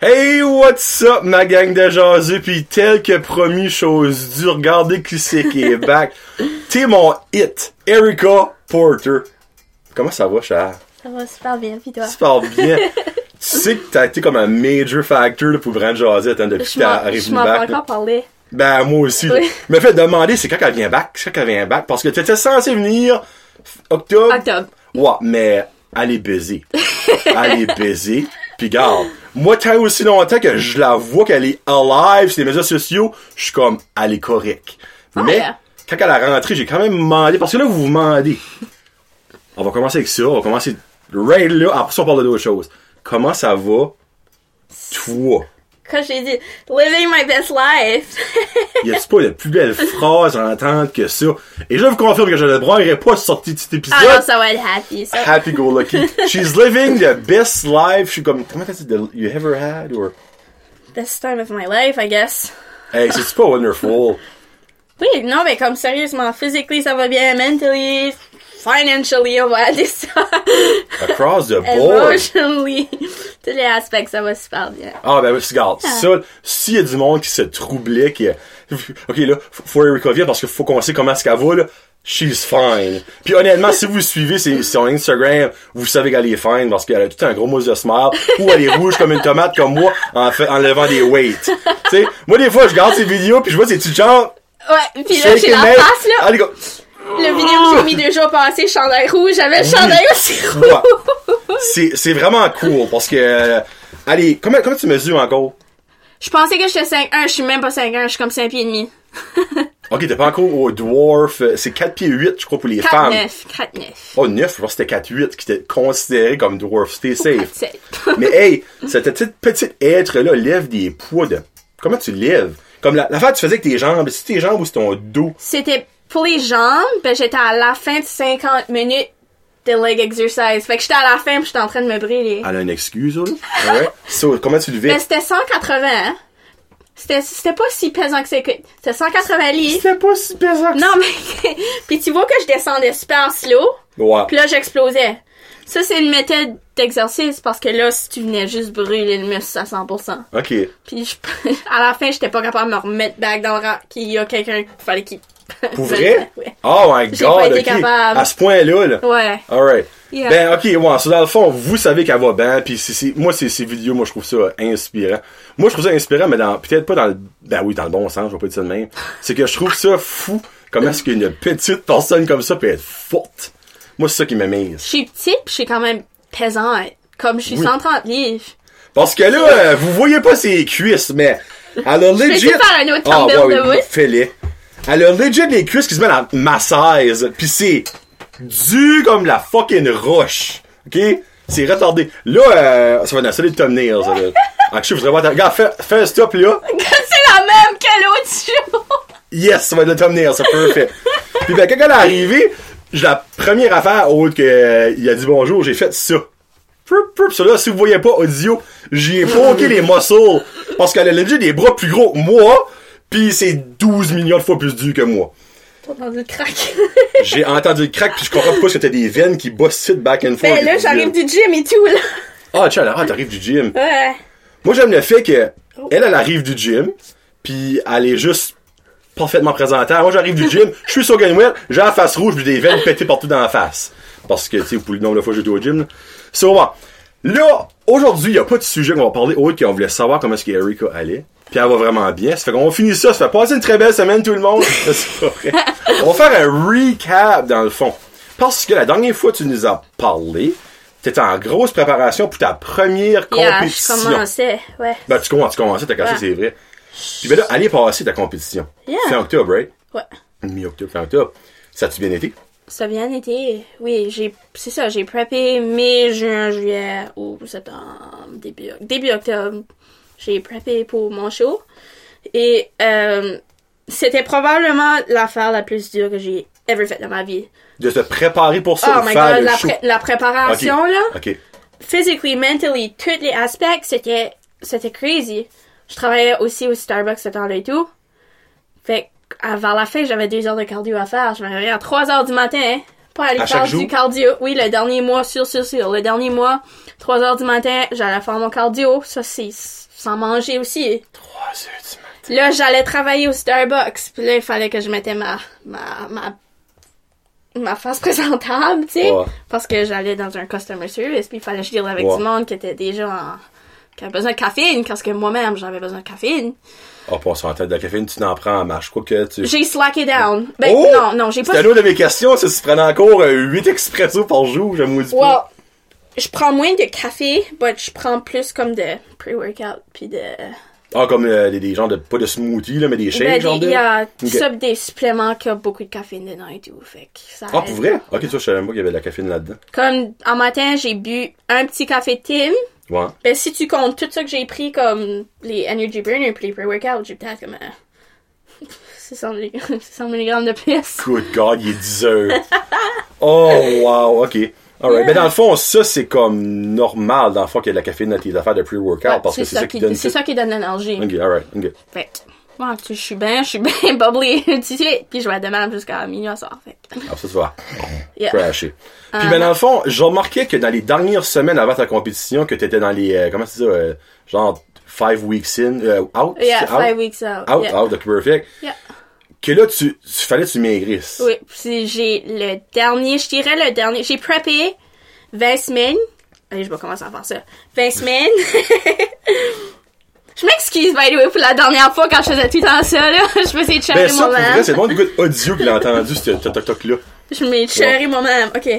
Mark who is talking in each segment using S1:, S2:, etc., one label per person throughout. S1: Hey, what's up, ma gang de jaseux? Puis, tel que promis, chose dure, regardez qui c'est qui est back. T'es mon hit, Erika Porter. Comment ça va, cher?
S2: Ça va super bien, pis toi?
S1: Super bien. tu sais que t'as été comme un major factor là, pour Brand Jaset hein, depuis que
S2: Je
S1: t'es
S2: m'en-
S1: arrivé
S2: je m'en
S1: back.
S2: fais
S1: là.
S2: encore parler.
S1: Ben, moi aussi. là.
S2: Oui.
S1: Je me fait demander c'est quand qu'elle vient back, c'est quand qu'elle vient back. Parce que t'étais censé venir octobre.
S2: Octobre.
S1: Ouais, mais elle est busy. elle est busy. Puis garde, moi, tant et aussi longtemps que je la vois qu'elle est alive sur les médias sociaux, je suis comme, elle est correcte. Mais,
S2: Ah, yeah.
S1: quand elle a rentré, j'ai quand même demandé, parce que là, vous vous demandez. On va commencer avec ça, on va commencer right là, après ça, on parle d'autres choses. Comment ça va, toi?
S2: Quand j'ai dit Living my best life,
S1: Y a-tu pas la plus belle phrase à entendre que ça? Et je vous confirme que je ne braillerai pas sorti de cet épisode.
S2: ah non, ça va être happy, ça.
S1: happy go lucky. She's living the best life. Je suis comme, comment t'as dit, the- you ever had? Or,
S2: Best time of my life, I guess.
S1: hey, c'est pas wonderful.
S2: Oui, non, mais comme sérieusement, physically ça va bien, mentally, financially, on va aller ça.
S1: Across the board.
S2: Emotionally, tous les aspects, ça va super bien.
S1: Ah, ben, oui, regarde, ça, s'il y a du monde qui se troublait, qui. Ok, là, faut- faut Erika vienne parce qu'il faut qu'on sait comment est-ce qu'elle va, là. She's fine. Puis honnêtement, si vous suivez ses- son Instagram, vous savez qu'elle est fine parce qu'elle a tout un gros mousse de smile ou elle est rouge comme une tomate comme moi en, fait, en levant des weights. tu sais, moi des fois, je regarde ses vidéos puis je vois ses petits gens.
S2: Ouais, pis là, j'ai
S1: shaking
S2: la
S1: Ah,
S2: face,
S1: head.
S2: là.
S1: Allez, go.
S2: Le vidéo que j'ai mis deux jours passés, chandail rouge, j'avais le chandail aussi rouge.
S1: Ouais. C'est, c'est vraiment cool parce que. euh, allez, comment, comment tu mesures encore?
S2: Je pensais que j'étais 5'1, je suis même pas 5'1, je suis comme 5 pieds et demi.
S1: Ok, t'es pas encore au dwarf. euh, C'est 4 pieds 8, je crois, pour les femmes.
S2: 4'9, 4'9.
S1: Oh, 9, je pense que c'était 4-8 qui était considéré comme dwarf. C'était safe.
S2: 4'7.
S1: Mais hey, cette petite, petite être-là lève des poids de. Comment tu lèves? Comme la, l'affaire que tu faisais avec tes jambes, c'est tes jambes ou c'est ton dos?
S2: C'était pour les jambes, ben j'étais à la fin de 50 minutes de leg exercise. Fait que j'étais à la fin pis j'étais en train de me brûler.
S1: Elle a une excuse, là. Ouais. So, comment tu
S2: Mais
S1: levais?
S2: c'était 180, hein. C'était, c'était pas si pesant que c'est que... C'était 180 livres.
S1: C'était pas si pesant que
S2: Non, mais... Puis tu vois que je descendais super slow,
S1: ça. Ouais.
S2: puis là, j'explosais. Ça, c'est une méthode d'exercice parce que là, si tu venais juste brûler le muscle à 100%.
S1: Ok.
S2: Puis je- à la fin, j'étais pas capable de me remettre back dans le rang qu'il y a quelqu'un qu'il fallait qu'il...
S1: Pour vrai?
S2: Ben, Ouais.
S1: Oh my god.
S2: J'ai pas été
S1: ok.
S2: capable.
S1: À ce point-là, là.
S2: Ouais.
S1: Alright.
S2: Yeah.
S1: Ben, ok, ouais, so dans le fond, vous savez qu'elle va bien, puis c'est, c'est- moi, ces, ces vidéos, moi, je trouve ça euh, inspirant. Moi, je trouve ça inspirant, mais dans, peut-être pas dans le, ben oui, dans le bon sens, je vais pas dire ça de même. C'est que je trouve ça fou, comment est-ce qu'une petite personne comme ça peut être forte. Moi, c'est ça qui m'amuse.
S2: Je suis petite, pis je suis quand même pesante. Comme je suis
S1: Oui.
S2: 130 livres.
S1: Parce que là, euh, vous voyez pas ses cuisses, mais elle a legit...
S2: essayer de faire un autre
S1: Ah,
S2: Campbell
S1: ouais,
S2: de
S1: oui,
S2: vous.
S1: fais-les. Elle a legit les cuisses qui se mettent à ma size, pis c'est dur comme la fucking roche. OK? C'est retardé. Là, euh, ça va être un solide thumbnail, ça. Là. Ah, je voudrais voir ta... Regarde, fais, fais un stop, là.
S2: c'est la même que l'autre jour!
S1: Yes, ça va être le thumbnail, c'est parfait. Puis ben, quand elle est arrivée, j'ai la première affaire autre que euh, il a dit bonjour, j'ai fait ça. Prup, prup, ça là, si vous voyez pas audio, j'ai poqué les muscles. Parce qu'elle a legit des bras plus gros que moi, puis c'est 12 millions de fois plus dur que moi.
S2: T'as entendu le crack.
S1: J'ai entendu le crack, puis je comprends pas si t'as des veines qui bossent it back and forth.
S2: ben là, j'arrive du gym et tout, là.
S1: Ah, tiens, là, ah, t'arrives du gym.
S2: Ouais.
S1: Moi, j'aime le fait que
S2: Oh.
S1: elle, elle arrive du gym, puis elle est juste parfaitement présentable. Moi, j'arrive du gym, je suis sur Gainwell, j'ai la face rouge, j'ai des veines pétées partout dans la face. Parce que, tu sais, pour le nombre de fois que j'étais au gym. là. So, bon. Là, aujourd'hui, il n'y a pas de sujet qu'on va parler autre qu'on voulait savoir comment est-ce qu'Erika allait. Puis elle va vraiment bien. Ça fait qu'on finit ça. Ça fait passer une très belle semaine, tout le monde. C'est pas vrai. On va faire un recap, dans le fond. Parce que la dernière fois que tu nous as parlé, t'étais en grosse préparation pour ta première
S2: Yeah, je
S1: compétition.
S2: commençais, ouais.
S1: Ben, tu commences, tu commences, t'as cassé,
S2: Ouais.
S1: c'est vrai. Puis ben là, allez passer ta compétition.
S2: Yeah.
S1: Fin octobre, right?
S2: Ouais.
S1: Mi-octobre, fin octobre. Ça a-tu bien été?
S2: Ça a bien été. Oui, j'ai, c'est ça, j'ai preppé mai, juin, juillet ou septembre, début, début octobre. J'ai preppé pour mon show. Et euh, c'était probablement l'affaire la plus dure que j'ai ever faite dans ma vie.
S1: De se préparer pour ça,
S2: Oh
S1: ou
S2: my
S1: faire
S2: god,
S1: le
S2: la,
S1: show.
S2: pré- la préparation,
S1: Ok.
S2: là.
S1: OK.
S2: physically, mentally, tous les aspects, c'était, c'était crazy. Je travaillais aussi au Starbucks ce temps-là et tout. Fait que, avant la fin, j'avais deux heures de cardio à faire. Je me réveillais à 3 heures du matin hein. Pas aller
S1: À
S2: faire
S1: chaque
S2: du
S1: jour?
S2: cardio. Oui, le dernier mois, sûr, sûr, sûr. Le dernier mois, 3 heures du matin, j'allais faire mon cardio. Ça, c'est sans manger aussi. hein.
S1: Trois heures du matin.
S2: Là, j'allais travailler au Starbucks. Puis là, il fallait que je mettais ma, ma, ma, ma face présentable, tu sais.
S1: Ouais.
S2: Parce que j'allais dans un customer service. Puis il fallait que je deal avec
S1: Ouais.
S2: du monde qui était déjà en, qui avait besoin de caféine. Parce que moi-même, j'avais besoin de caféine.
S1: Ah, pas sur la tête de la caféine, tu n'en prends en marche. Quoi que tu.
S2: J'ai slacké down. Ben,
S1: Oh!
S2: non, non, j'ai pas
S1: C'était l'une de mes questions, c'est si tu prenais encore 8 expressos par jour, j'aime du
S2: Well,
S1: pas.
S2: je prends moins de café, but je prends plus comme de pre-workout puis de
S1: Ah, comme euh, des, des genres de. Pas de smoothie, là, mais des shakes,
S2: Ben, des-
S1: genre de.
S2: il y a
S1: Ok.
S2: ça, des suppléments qui ont beaucoup de caféine dedans et tout, fait que ça
S1: Ah,
S2: aide.
S1: pour vrai? Ok, ça, je savais même pas qu'il y avait de la caféine là-dedans.
S2: Comme en matin, j'ai bu un petit café Tim.
S1: Ouais.
S2: Ben si tu comptes tout ça que j'ai pris comme les energy burner puis les pre-workout, j'ai peut-être comme euh, 600 mg 600 mg de plus.
S1: Good God, il est 10 heures. oh, wow, ok. Alright. Mais dans le fond, ça, c'est comme normal, dans le fond, qu'il y ait de la caféine dans tes affaires de pre-workout,
S2: Ouais,
S1: parce que c'est ça qui donne.
S2: c'est ça qui donne l'énergie.
S1: Ok, alright, ok.
S2: Fait que, moi, tu- je suis bien, je suis bien bubbly, tu sais, puis je vais demain jusqu'à minuit à soir, fait que,
S1: Alors, ça, tu vas
S2: yeah.
S1: crasher.
S2: Euh,
S1: Puis, ben, dans le fond, je remarquais que dans les dernières semaines avant ta compétition, que t'étais dans les. euh, comment c'est ça? euh, genre, five weeks in, euh, out?
S2: Yeah,
S1: out,
S2: five weeks out.
S1: Out,
S2: yeah.
S1: out, ok, perfect.
S2: Yeah.
S1: Que là, tu, tu fallait que tu maigrisses.
S2: Oui, puis j'ai le dernier, je dirais le dernier, j'ai preppé 20 semaines. Allez, je vais commencer à faire ça. 20 semaines. je m'excuse, by the way, pour la dernière fois quand je faisais tout le temps ça, là. Je me suis
S1: Ben,
S2: cherry
S1: ça, pour vrai,
S2: moi-même.
S1: c'est le monde qui écoute audio qui l'a entendu, ce toc-toc-là.
S2: Je me cherry moi-même, ok.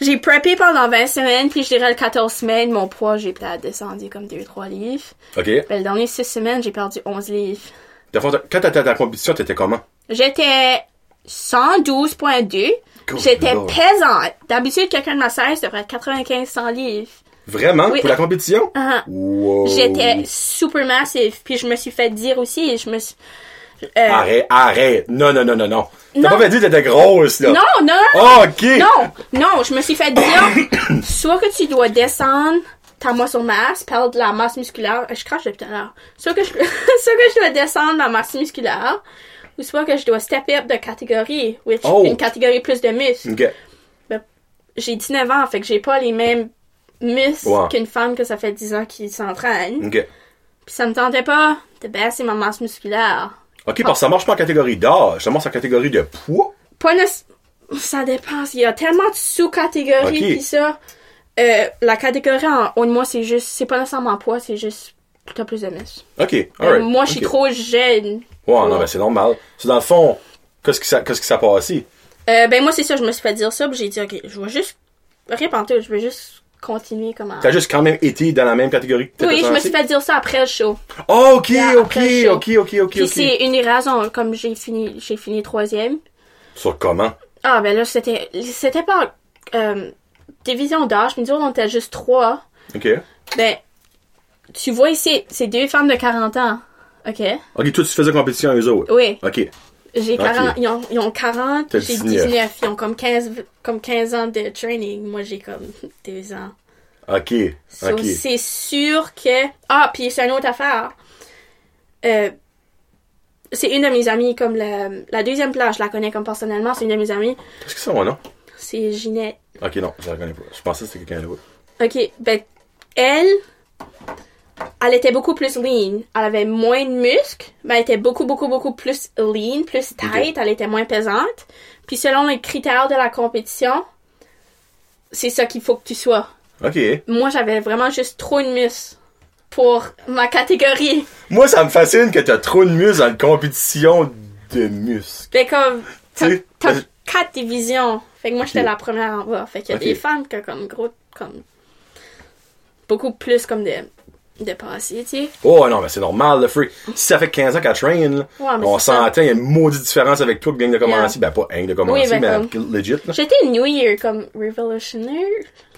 S2: J'ai preppé pendant 20 semaines, puis je dirais le 14 semaines, mon poids, j'ai peut-être descendu comme 2-3 livres.
S1: OK?
S2: Ben, le dernier 6 semaines, j'ai perdu 11 livres.
S1: Dans le fond, Quand t'étais à ta compétition, t'étais comment?
S2: J'étais 112.2.
S1: Good
S2: J'étais
S1: Lord.
S2: pesante. D'habitude, quelqu'un de ma size devrait être 95-100 livres.
S1: Vraiment?
S2: Oui.
S1: Pour la compétition?
S2: Ah.
S1: Wow.
S2: J'étais super massive. Puis je me suis fait dire aussi, je me suis... euh,
S1: Arrête, arrête. Non, non, non, non, non.
S2: Non.
S1: T'as pas fait dire que t'étais grosse, là.
S2: non, non, non,
S1: Ah, OK.
S2: non, non, je me suis fait dire, soit que tu dois descendre ta masse en masse, perdre de la masse musculaire, euh, je crache depuis tout à l'heure, soit que, je, soit que je dois descendre ma masse musculaire, ou soit que je dois step up de catégorie, which,
S1: Oh.
S2: une catégorie plus de muscles.
S1: OK.
S2: j'ai 19 ans, fait que j'ai pas les mêmes muscles
S1: Ouais. Mm.
S2: qu'une femme que ça fait 10 ans qui s'entraîne.
S1: OK.
S2: Puis ça me tentait pas de baisser ma masse musculaire.
S1: OK, parce que ça marche pas en catégorie d'âge, ça marche en catégorie de poids.
S2: Pas ne- Ça dépend. Il y a tellement de sous-catégories
S1: Ok.
S2: pis ça. Euh, la catégorie en haut de moi, c'est juste... C'est pas nécessairement poids, c'est juste... T'as plus de muscles.
S1: OK, alright.
S2: Euh, moi, je suis
S1: OK.
S2: trop jeune.
S1: Ouais, non, ben c'est normal. C'est dans le fond, qu'est-ce qui s'est qu'est-ce qui s'est passé?
S2: Euh, ben moi, c'est ça, je me suis fait dire ça, puis j'ai dit, OK, je vais juste... Répenter, je vais juste continuer comme... à-
S1: T'as juste quand même été dans la même catégorie que t'étais
S2: Oui, je me
S1: censé?
S2: suis fait dire ça après le show.
S1: Ah, OK,
S2: Yeah,
S1: OK,
S2: après le show.
S1: OK, OK, OK,
S2: Puis
S1: OK.
S2: c'est une des raisons, hein, comme j'ai fini, j'ai fini troisième.
S1: Sur comment?
S2: Ah, ben là, c'était, c'était pas, euh, division d'âge, mais disons, on était juste trois.
S1: OK.
S2: Ben, tu vois ici, c'est deux femmes de 40 ans. OK?
S1: OK, toi, tu faisais compétition avec eux autres?
S2: Oui.
S1: OK.
S2: J'ai
S1: Ok.
S2: 40, ils, ont, ils ont 40,
S1: T'as
S2: j'ai
S1: 19.
S2: 19. Ils ont comme 15, v- comme 15 ans de training. Moi, j'ai comme 2 ans.
S1: OK.
S2: So,
S1: OK.
S2: C'est sûr que. Ah, puis c'est une autre affaire. Euh, c'est une de mes amies, comme la, la deuxième place, je la connais comme personnellement, c'est une de mes amies.
S1: Qu'est-ce que c'est, mon nom?
S2: C'est Ginette.
S1: Ok, non, je la connais pas. Je pensais que c'était quelqu'un d'autre.
S2: Ok, ben, elle, elle était beaucoup plus lean. Elle avait moins de muscles, mais elle était beaucoup, beaucoup, beaucoup plus lean, plus tight. Elle était moins pesante. Puis selon les critères de la compétition, c'est ça qu'il faut que tu sois.
S1: Ok.
S2: Moi, j'avais vraiment juste trop de muscles pour ma catégorie.
S1: Moi, ça me fascine que t'as trop de muscles dans une compétition de muscles.
S2: Fait comme, t'as
S1: Tu sais,
S2: t'as
S1: parce-
S2: quatre divisions. Fait que moi, j'étais
S1: Ok.
S2: la première en bas. Fait qu'il y a
S1: Ok.
S2: des femmes qui ont comme gros, comme, beaucoup plus comme de, de passé, tu sais.
S1: Oh non, mais c'est normal, le freak. Si ça fait 15 ans qu'elle traîne, là,
S2: Ouais, Ah, mais
S1: on
S2: c'est ça.
S1: s'entend, il y a une maudite différence avec toi qui vient de commencer. Ben, pas un de commencer,
S2: Oui, ben,
S1: mais legit, là.
S2: J'étais une New Year comme revolutionnaire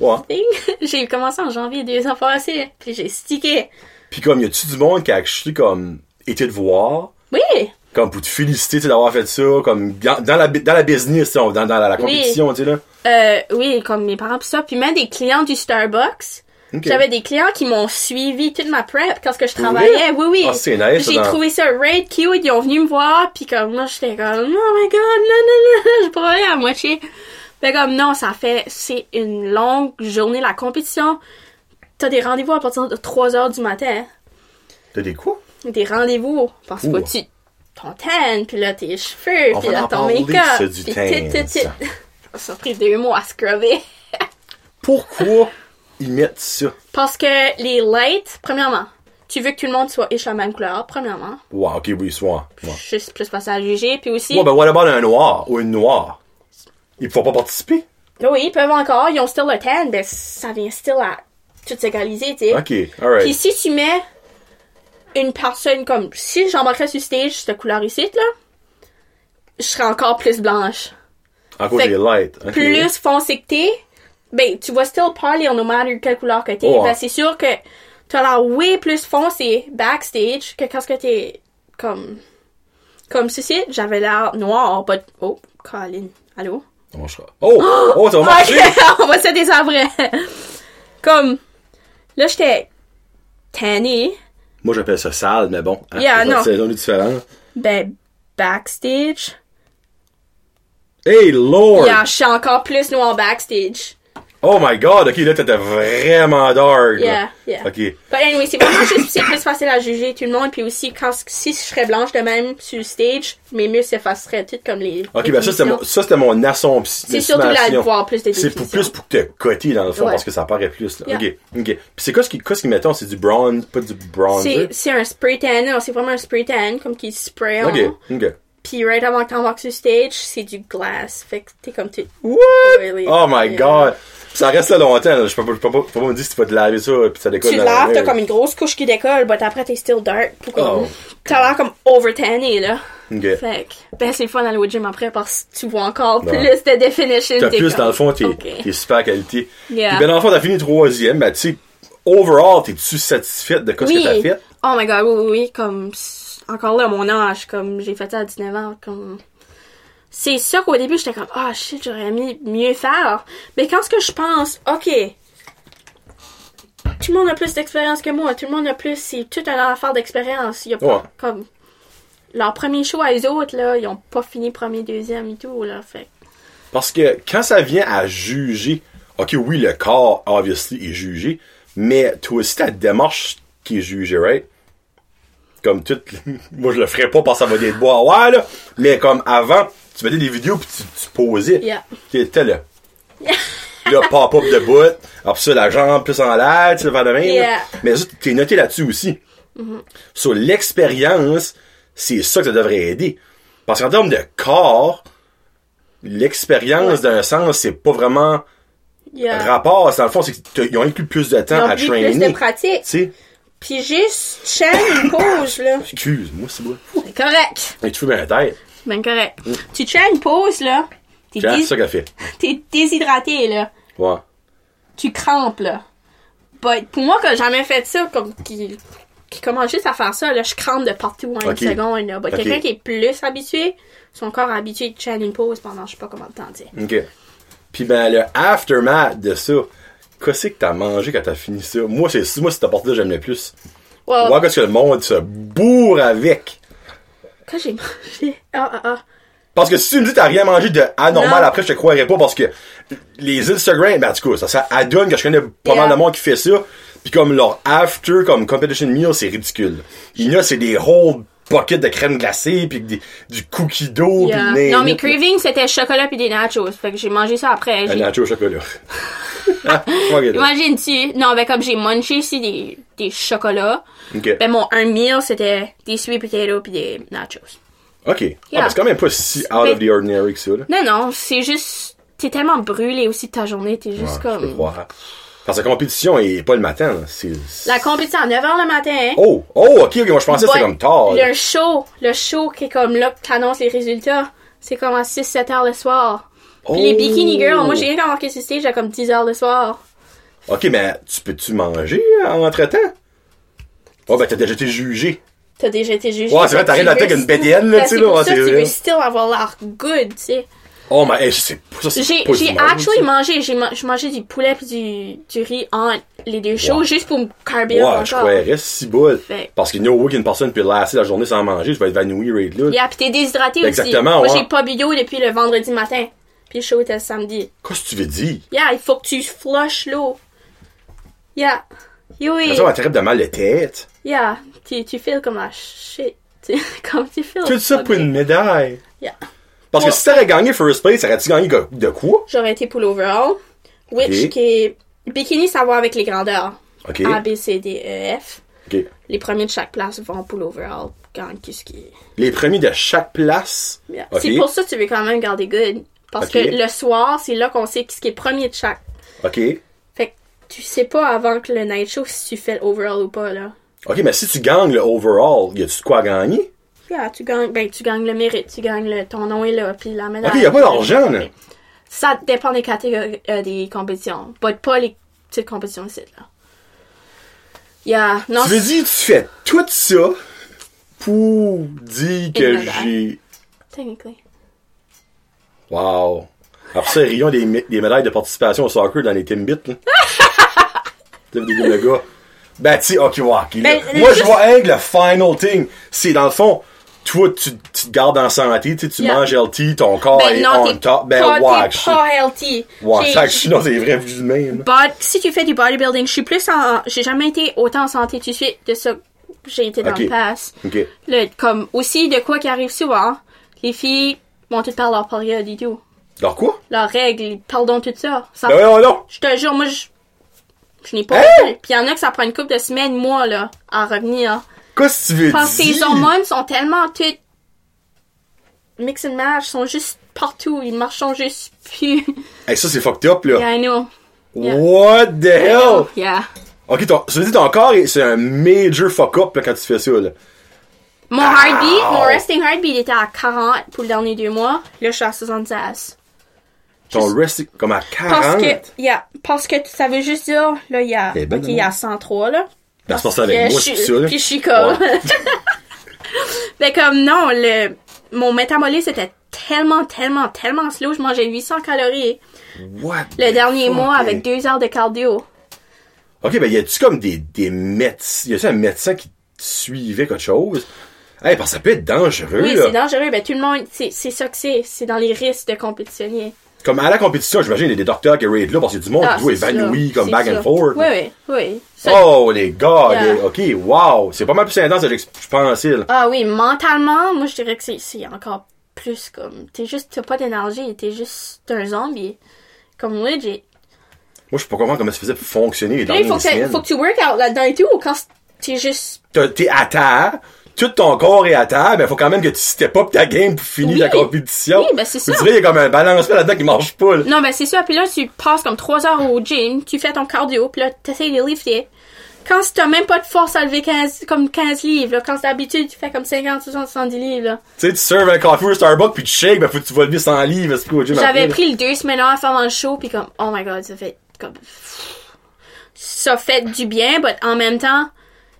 S1: Ouais.
S2: thing. j'ai commencé en janvier deux ans passés, puis j'ai stické.
S1: Puis comme, y a-tu du monde qui a acheté, comme, été de voir,
S2: Oui,
S1: comme, pour te féliciter, tu sais, d'avoir fait ça, comme, dans, dans la, bu- dans la business, tu sais, on- dans, dans la, la compétition, tu sais, là.
S2: euh, oui, comme mes parents pis ça, puis même des clients du Starbucks.
S1: Ok.
S2: J'avais des clients qui m'ont suivi toute ma prep quand ce que je
S1: vrai?
S2: travaillais. Oui, oui.
S1: Ah, c'est nice, ça,
S2: J'ai
S1: dans-
S2: trouvé ça raid cute. Ils ont venu me voir, puis comme moi, j'étais comme, oh my god, non, non, non, je parlais à moitié. Fait comme non, ça fait, c'est une longue journée. La compétition, t'as des rendez-vous à partir de 3 heures du matin. hein.
S1: T'as des quoi?
S2: Des rendez-vous. Pense
S1: Ouh.
S2: pas, tu. Ton tan, puis là tes cheveux,
S1: On
S2: puis
S1: va
S2: là
S1: en
S2: ton
S1: parler,
S2: make-up.
S1: ça, du
S2: puis
S1: tan,
S2: tit, tit, tit.
S1: ça.
S2: Ça a pris deux mois à scrubber.
S1: Pourquoi ils mettent ça?
S2: Parce que les lights, premièrement, tu veux que tout le monde soit éche la même couleur, premièrement.
S1: Wow, ok, oui, soit. Ouais.
S2: Je suis plus facile à juger. Puis aussi,
S1: Ouais, ben, what about un noir ou une noire? Ils ne pas participer?
S2: oui, ils peuvent encore, ils ont still le tan, ben ça vient still à tout s'égaliser, tu sais.
S1: Ok, alright.
S2: Puis si tu mets une personne comme si j'embarquerais sur stage cette couleur ici là, je serais encore plus blanche.
S1: À cause
S2: Fait
S1: des
S2: que
S1: lights. ok.
S2: Plus foncé que t'es, ben tu vas still parler no matter quelle couleur que t'es.
S1: Oh,
S2: Ben
S1: ouais.
S2: c'est sûr que t'as l'air way plus foncé backstage que quand ce que t'es comme comme ceci. J'avais l'air noir, but oh, Colin, allô.
S1: Ça marchera. Oh! Oh, ça va marcher!
S2: Ok, on va se désavrer. Comme là j'étais tannée.
S1: Moi, j'appelle ça sale, mais bon. hein,
S2: Yeah,
S1: c'est-
S2: non.
S1: C'est, on est différent.
S2: Ben, backstage.
S1: Hey, Lord!
S2: Yeah, je suis encore plus noire backstage.
S1: Oh my god, ok, là, t'étais vraiment dark. là.
S2: Yeah, yeah.
S1: Ok.
S2: But anyway, c'est vraiment juste c'est plus facile à juger tout le monde. Puis aussi, quand, si je serais blanche de même sur le stage, mes muscles s'effaceraient toutes comme les.
S1: Ok, ben ça, c'était mon, ça, c'était mon assomption.
S2: C'est surtout là de voir plus de
S1: C'est pour plus pour que te coter dans le fond
S2: Ouais.
S1: parce que ça paraît plus. Là.
S2: Yeah.
S1: Ok, ok. Puis c'est quoi ce qu'ils ce qui mettons C'est du bronze, pas du bronzer.
S2: C'est c'est un spray tan, non, c'est vraiment un spray tan, comme qui spray
S1: Ok,
S2: on.
S1: ok.
S2: Puis right avant que t'embarques sur le stage, c'est du glass. Fait que t'es comme tu.
S1: What?
S2: Really?
S1: Oh my
S2: Yeah.
S1: god. Puis ça reste là longtemps. Là. Je peux pas, je peux pas, faut pas me dire si tu vas te laver ça puis ça décolle.
S2: Tu
S1: dans
S2: te
S1: la
S2: laves, t'as
S1: mer.
S2: comme une grosse couche qui décolle, but après t'es still dark. Pour comme-
S1: Oh.
S2: T'as l'air comme over tanné là.
S1: Ok.
S2: Fait que, ben c'est le fun d'aller au gym après parce que tu vois encore
S1: Ouais.
S2: plus de definition.
S1: T'as
S2: t'es
S1: plus
S2: comme,
S1: dans le fond, t'es
S2: ok.
S1: t'es super qualité.
S2: Yeah.
S1: Puis ben dans le fond, t'as fini troisième. Ben tu sais, overall, t'es-tu satisfaite de quoi ce
S2: Oui.
S1: que t'as fait
S2: Oh my god, oui, oui, oui, comme, c'est- encore là, mon âge, comme, j'ai fait ça à 19 ans, comme, c'est ça qu'au début, j'étais comme, ah shit, j'aurais aimé mieux faire. Mais quand ce que je pense, ok, tout le monde a plus d'expérience que moi, tout le monde a plus, c'est toute une affaire d'expérience. Il y a pas,
S1: Ouais.
S2: comme, leur premier show à eux autres, là, ils ont pas fini premier, deuxième et tout, là, fait.
S1: Parce que quand ça vient à juger, ok, oui, le corps, obviously, est jugé, mais toi aussi, ta démarche qui est jugée, right? Comme tout, moi, je le ferais pas parce que ça va des bois, ouais, là, mais comme avant, tu faisais des vidéos puis tu, tu posais.
S2: Yeah.
S1: Tu étais là. Le pop-up de bout, après ça, la jambe plus en l'air, tu sais, le faire de même. là.
S2: Yeah. Mm-hmm.
S1: Mais ça, t'es noté là-dessus aussi. Sur l'expérience, c'est ça que ça devrait aider. Parce qu'en termes de corps, l'expérience d'un sens, c'est pas vraiment
S2: Yeah.
S1: rapport. C'est Dans le fond, c'est qu'ils ont inclus plus de
S2: Euh. Ils
S1: temps
S2: ont
S1: à
S2: pris plus de
S1: trainer. Tu
S2: pratique.
S1: sais,
S2: Puis juste, chaîne une pause, là.
S1: excuse-moi, c'est bon.
S2: C'est correct.
S1: Mais tu fais bien la tête.
S2: Ben correct. Tu tiens une pause, là. T'es
S1: C'est
S2: dés-
S1: Mm. ça qu'elle fait.
S2: t'es déshydraté, là.
S1: Ouais.
S2: Tu crampes, là. But pour moi, que j'ai jamais fait ça, comme qui, qui commence juste à faire ça, là, je crampe de partout en
S1: Ok.
S2: une seconde, là. But
S1: Ok.
S2: quelqu'un qui est plus habitué, son corps est habitué de chaîne une pause pendant je sais pas comment de temps, tu sais.
S1: OK. Puis ben, le aftermath de ça, qu'est-ce que t'as mangé quand t'as fini ça? Moi, c'est moi, cette partie-là, j'aime le plus.
S2: Well,
S1: Voir qu'est-ce que le monde se bourre avec.
S2: quand j'ai mangé. Ah, ah, ah.
S1: Parce que si tu me dis que t'as rien mangé de anormal
S2: Non.
S1: après, je te croirais pas parce que les Instagram, ben, du coup, ça, ça adonne que je connais pas mal de
S2: Yeah.
S1: monde qui fait ça. Puis comme leur after, comme competition meal, c'est ridicule. Il y en a, c'est des whole buckets de crème glacée, puis des- du cookie dough,
S2: Yeah.
S1: puis
S2: Non, mais craving, c'était chocolat puis des nachos. Fait que j'ai mangé ça après.
S1: Un
S2: J'ai
S1: nacho au chocolat. Ah, fuck it.
S2: Imagine-tu? Non, ben comme j'ai munché ici des, des chocolats.
S1: Ok.
S2: Ben mon un meal, c'était des sweet potatoes puis des nachos.
S1: OK. Ah,
S2: Yeah.
S1: ben, c'est quand même pas si out of the ordinary que ça, là.
S2: Non, non, c'est juste... T'es tellement brûlé aussi de ta journée, t'es juste
S1: Ouais, Ah, Je peux
S2: comme...
S1: croire. Parce que la compétition est pas le matin, là. C'est.
S2: La compétition à 9h le matin.
S1: Oh! Oh, ok, ok, moi je pensais que
S2: but
S1: c'était comme tard. là.
S2: Le show, le show qui est comme là, que t'annonces les résultats, c'est comme à 6-7h le soir. Puis les
S1: Oh.
S2: bikini girls, moi j'ai rien qu'à marquer sur stage à comme 10h le soir.
S1: Ok, mais tu peux-tu manger euh, entre-temps? Oh, ben t'as déjà été jugé.
S2: T'as déjà été jugé.
S1: Ouais, c'est vrai, t'arrives
S2: t'arrives
S1: la tête avec une bédienne,
S2: Ben,
S1: là, tu sais, là, ouais, c'est
S2: tu
S1: vrai.
S2: veux still avoir l'air good, tu sais.
S1: Oh, mais hey, c'est ça, c'est
S2: J'ai
S1: pas du
S2: j'ai
S1: monde,
S2: actually
S1: ça.
S2: mangé, j'ai man- je mangeais du poulet puis du, du riz en les deux shows
S1: Wow.
S2: juste pour me carber up
S1: Ouais, je
S2: encore.
S1: croirais si bol.
S2: Fait.
S1: Parce qu'il y a no way qu'une personne peut lasser la journée sans manger, tu vas être évanoui, raid là.
S2: Yeah, puis t'es déshydraté
S1: Exactement,
S2: aussi. Moi,
S1: ouais.
S2: j'ai pas bu d'eau depuis le vendredi matin. Puis Puis le show était le samedi.
S1: Qu'est-ce que tu veux dire?
S2: Yeah, il faut que tu flushes l'eau. Yeah. Oui.
S1: Ça va terrible de mal de tête.
S2: Yeah. Tu, tu files comme la shit. Tu- comme tu files.
S1: Tout ça pour une médaille.
S2: Oh, Yeah.
S1: Parce que
S2: Ouais.
S1: si t'aurais gagné First Place, t'aurais-tu gagné go- de quoi?
S2: J'aurais été pour l'overall. Which
S1: Ok.
S2: qui est... Bikini, ça va avec les grandeurs.
S1: Ok.
S2: A, B, C, D, E, F.
S1: Ok.
S2: Les premiers de chaque place vont pour l'overall. Gagne qu'est-ce qui
S1: Les premiers de chaque place.
S2: Yeah.
S1: Ok.
S2: C'est pour ça que tu veux quand même garder good. Parce
S1: Ok.
S2: que le soir, c'est là qu'on sait ce qui est premier de chaque.
S1: Ok.
S2: Fait que tu sais pas avant que le night show si tu fais l'overall ou pas, là.
S1: Ok, mais si tu gagnes le overall, y a-tu de quoi gagner?
S2: Yeah, tu gagnes, ben, tu gagnes le mérite, tu gagnes le, ton nom est là, puis la médaille.
S1: Ok, y a pas d'argent, là.
S2: Ça dépend des catégories, euh, des compétitions. Pas, pas les petites compétitions ici, là. Yeah, non,
S1: Tu veux dire, tu fais tout ça pour dire que
S2: médaille.
S1: j'ai.
S2: technically.
S1: Wow. Après ça, Rion a des, mé- des médailles de participation au soccer dans les Timbits. là. Tu sais, des gars, le gars. Ben, tu sais, hockey walkie. là.
S2: Ben, le-
S1: Moi, je
S2: juste-
S1: vois hein, que le final thing. C'est dans le fond, toi, tu, tu te gardes en santé, tu sais, tu
S2: Yeah.
S1: manges healthy, ton corps
S2: Ben
S1: est
S2: non,
S1: Oh, on
S2: t'es
S1: top. Ben,
S2: pas,
S1: ouais,
S2: t'es
S1: je
S2: pas healthy.
S1: Ouais,
S2: J'ai-
S1: ça, je suis dans des vrais vues de même. là.
S2: But si tu fais du bodybuilding, je suis plus en. J'ai jamais été autant en santé tout de suite de ça que j'ai été dans
S1: Ok.
S2: le past.
S1: Ok.
S2: Le- comme aussi de quoi qui arrive souvent, les filles vont toutes perdre leur période et tout.
S1: Alors quoi?
S2: Leurs règles, ils perdent tout ça. Ça-
S1: Ben, non, non.
S2: Je te jure, moi je. Je n'ai pas.
S1: Hein?
S2: Puis il y en a que ça prend une couple de semaines, mois là, à revenir.
S1: Qu'est-ce que tu veux
S2: Parce que
S1: dire?
S2: tes hormones sont tellement toutes. Mix and match, sont juste partout, ils marchent juste plus.
S1: Hey, ça, c'est fucked up, là.
S2: yeah, I know. yeah.
S1: What the hell?
S2: Yeah.
S1: Ok, ton, ça veut dire ton corps, est- c'est un major fuck up, là, quand tu fais ça, là.
S2: Mon heartbeat, mon resting heartbeat était à 40 pour le dernier deux mois. Là, je suis à 76.
S1: Ton rest, est comme à 40.
S2: Parce que, yeah, parce que ça veut juste dire, là, il y a,
S1: Eh ben,
S2: ok, il y a
S1: non.
S2: 103, là.
S1: Ben, c'est pour ça avec
S2: que
S1: moi,
S2: je
S1: c'est
S2: suis-
S1: ça, là.
S2: Puis je suis comme.
S1: Ouais.
S2: Mais comme, non, le, mon métabolisme était tellement, tellement, tellement slow. Je mangeais 800 calories
S1: What
S2: le
S1: the
S2: dernier
S1: fuck,
S2: mois
S1: hey?
S2: avec deux heures de cardio.
S1: Euh. Ok, ben, y a-tu comme des, des médecins, y a-tu un médecin qui te suivait quelque chose? Hey, parce que ça peut être dangereux,
S2: Oui,
S1: là.
S2: c'est dangereux. Ben, tout le monde, c'est c'est ça que c'est. C'est dans les risques de compétitionner.
S1: Comme à la compétition, j'imagine, il y a des docteurs qui raident là, parce que du monde
S2: Ah,
S1: qui doit
S2: c'est
S1: évanoui,
S2: ça.
S1: comme
S2: C'est
S1: back
S2: ça.
S1: and forth.
S2: Oui, oui, oui. Ça,
S1: Oh, les gars,
S2: Yeah.
S1: les- ok, wow. C'est pas mal plus intense que j'ex- je pensais, là.
S2: Ah oui, mentalement, moi je dirais que c'est- c'est encore plus comme. T'es juste. T'as pas d'énergie, t'es juste t'es un zombie. Comme legit.
S1: Moi, je sais pas comment comment ça faisait pour fonctionner les
S2: Puis là, il faut
S1: dernières
S2: que, t'a-
S1: semaines.
S2: faut que tu work out là-dedans et tout, ou quand t'es juste.
S1: T'as- T'es à terre, tout ton corps est à terre, mais faut quand même que tu step up ta game pour finir
S2: Oui.
S1: la compétition.
S2: Oui, ben, c'est
S1: Tu
S2: ça.
S1: dirais, il y a comme un balancement là-dedans qui marche pas, là.
S2: Non, ben c'est ça. Puis là, tu passes comme 3 heures au gym, tu fais ton cardio, puis là, t'essayes de lifter. Quand t'as même pas de force à lever 15, comme 15 livres, là, quand d'habitude tu fais comme 50, 60, 70 livres, là.
S1: Tu sais, tu serves un café au Starbucks puis tu shakes, ben faut que tu vas lever 100 livres, parce que oh, au gym après,
S2: J'avais
S1: là.
S2: pris le deux semaines off avant le show, puis comme, oh my god, ça fait comme. Ça fait du bien, mais en même temps,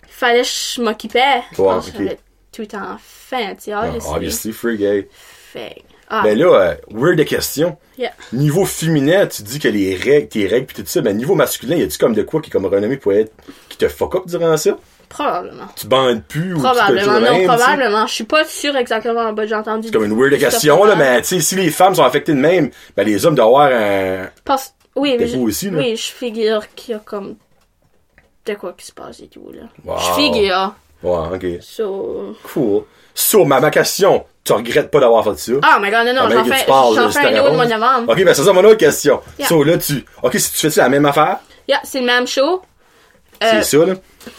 S2: il fallait que je m'occupais.
S1: Ouais,
S2: Je
S1: ok.
S2: J'avais tout en fin, tu
S1: Ah,
S2: vois,
S1: Obviously, free gay.
S2: Fait. Ah,
S1: Ben là, euh, weird des questions.
S2: yeah.
S1: Niveau féminin, tu dis que les règles, tes règles pis tout ça, mais niveau masculin, y a-tu comme de quoi qui est comme renommé pour être, qui te fuck up durant ça?
S2: Probablement.
S1: Tu bandes plus ou tu te- tu
S2: Probablement,
S1: te
S2: non,
S1: rèmes, tu sais?
S2: probablement. Je suis pas sûre exactement, bah, j'ai entendu.
S1: C'est comme une weird question, là, mais tu sais, si les femmes sont affectées de même, ben les hommes doivent avoir un.
S2: Parce... Oui,
S1: T'es
S2: je...
S1: beau aussi, là.
S2: oui, je figure qu'il y a comme. De quoi qui se passe et tout, là.
S1: Wow.
S2: Je figure.
S1: Ouais, ok.
S2: So.
S1: Cool. Sur ma, ma question, tu regrettes pas d'avoir fait ça?
S2: Oh my god, non, non,
S1: Comment
S2: j'en
S1: que tu
S2: fais,
S1: parles,
S2: j'en
S1: c'est
S2: fais
S1: ta
S2: un autre au mois
S1: réponse?
S2: de novembre.
S1: Ok, ben c'est ça mon autre question.
S2: Yeah.
S1: So là, tu. Ok, si tu fais la même affaire,
S2: Yeah, c'est le même show. Euh,
S1: c'est ça, là.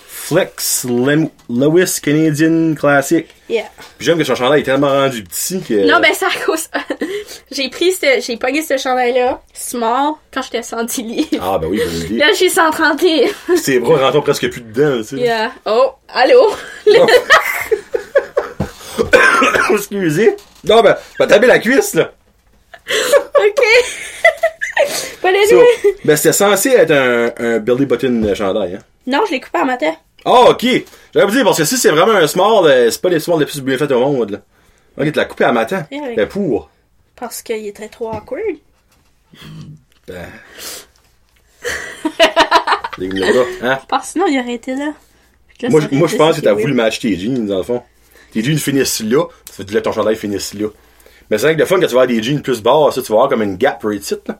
S1: Flex Lem- Lewis Canadian Classic.
S2: Yeah.
S1: Puis j'aime que son chandail est tellement rendu petit que.
S2: Non, ben c'est à cause. j'ai pris ce. J'ai pogné ce chandail-là, small, quand j'étais 110 livres.
S1: Ah, ben oui, bonne idée.
S2: Là, j'ai 130 livres.
S1: Ses bras rentrent presque plus dedans, tu sais.
S2: yeah. Oh, allô?
S1: Excusez. Non, ben, ben taper la cuisse, là.
S2: ok. Pas les
S1: So,
S2: jouer.
S1: ben, c'était censé être un, un Billy Button chandail, hein.
S2: Non, je l'ai coupé en matin.
S1: Ah, ok. J'allais vous dire, parce que si c'est vraiment un small, euh, c'est pas les smalls les plus bien faits au monde, là. Ok, tu l'as coupé à matin.
S2: Yeah, Eh oui.
S1: Ben, pour.
S2: Parce qu'il était trop awkward.
S1: Ben. Les gars, hein?
S2: Parce que sinon, il aurait été là. Puis là,
S1: Moi, je-
S2: ça aurait
S1: moi je
S2: été-
S1: pense que t'as
S2: c'était
S1: voulu
S2: weird.
S1: m'acheter tes jeans, dans le fond. Tes jeans finissent là, tu veux que ton chandail finisse là. Mais c'est vrai que le fun, quand tu vas avoir des jeans plus bas, ça, tu vas avoir comme une gap right it, là.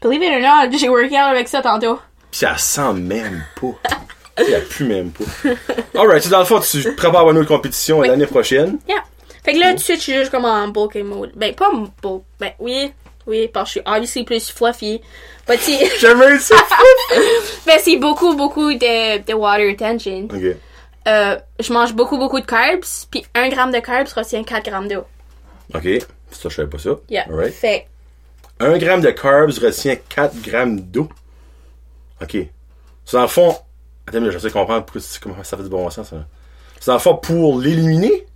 S2: Believe it or not, j'ai worké out avec ça tantôt.
S1: Pis ça sent même pas. Ça pue même pas. Alright, so dans le fond, tu te prépares à une autre compétition
S2: Oui.
S1: l'année prochaine.
S2: Yeah. Fait que
S1: Oh.
S2: là, tout de suite, je suis juste comme en bulk mode. Ben, pas en bulk. Ben, oui. Oui, parce que je suis obviously plus fluffy. But c'est,
S1: J'aimerais ça!
S2: ben, c'est beaucoup, beaucoup de, de water retention.
S1: ok.
S2: Euh, je mange beaucoup, beaucoup de carbs. Puis 1 gramme de carbs retient 4 grammes d'eau.
S1: Ok. Ça, je savais pas ça.
S2: Yeah.
S1: Alright.
S2: Fait
S1: 1 gramme de carbs retient 4 grammes d'eau. OK. C'est dans le fond. Attends, mais je sais comprendre pourquoi, tu- comment ça fait du bon sens, ça. C'est dans le fond, pour l'éliminer,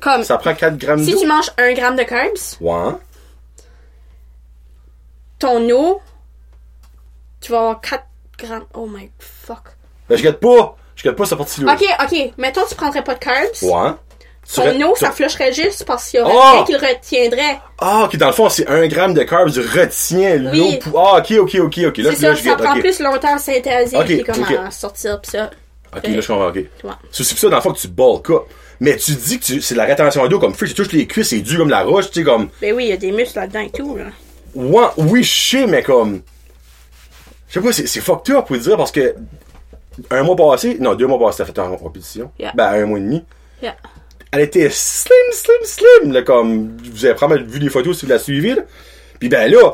S2: comme,
S1: ça prend 4 grammes
S2: si
S1: d'eau.
S2: tu manges 1 gramme de carbs,
S1: Ouais.
S2: ton eau, tu vas avoir 4 grammes. Oh my fuck.
S1: Ben, je gâte pas. Je gâte pas sa partie-là.
S2: Ok, ok. Mettons, tu prendrais pas de carbs.
S1: Hmm. Ouais. Tu
S2: Ton
S1: re-
S2: eau,
S1: tu-
S2: ça flusherait juste parce qu'il y aurait
S1: Oh!
S2: rien qui le retiendrait.
S1: Ah, ok, dans le fond, c'est 1 gramme de carbs retient l'eau.
S2: Oui.
S1: pour- Ah, ok, ok, ok, ok. Là,
S2: C'est
S1: là,
S2: ça,
S1: je
S2: ça
S1: guette.
S2: prend
S1: Ok,
S2: plus longtemps à synthétiser
S1: Ok,
S2: puis comme
S1: ok.
S2: à sortir pis ça.
S1: Ok, là, je comprends. Ok.
S2: Ouais.
S1: C'est aussi pour ça, dans le fond, que tu bulk up. Mais tu dis que tu- c'est de la rétention d'eau comme feu, tu touches les cuisses, c'est dur comme la roche, tu sais, comme.
S2: Ben oui, il y a des muscles là-dedans et tout, là.
S1: Ouais, oui, je sais, mais comme. Je sais pas, c'est c'est fucked up, pour dire, parce que. Un mois passé, non, deux mois passé, ça fait en compétition.
S2: Yeah.
S1: Ben, un mois et demi.
S2: Yeah.
S1: Elle était slim, slim, slim, là, comme. Vous avez probablement vu les photos si vous la suivez, là. Puis ben là.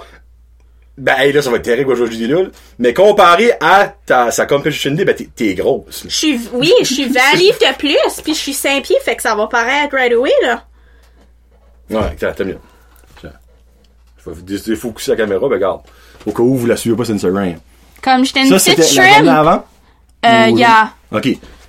S1: Ben, hey, là, ça va être terrible, aujourd'hui, je dis là, là. Mais comparé à ta, sa competition day, ben, t'es- t'es grosse, là.
S2: Je suis, oui, je suis 20 livres de plus puis je suis 5 pieds, fait que ça va paraître right away, là.
S1: Ouais, attends, attends, une minute. Attends. Je vais décider de focuser la caméra, ben, regarde. Au cas où vous la suivez pas, c'est une seringue.
S2: Comme j'étais une
S1: Ça,
S2: petite
S1: c'était la
S2: shrimp.
S1: journée avant?
S2: Euh,
S1: Oui.
S2: yeah.
S1: OK.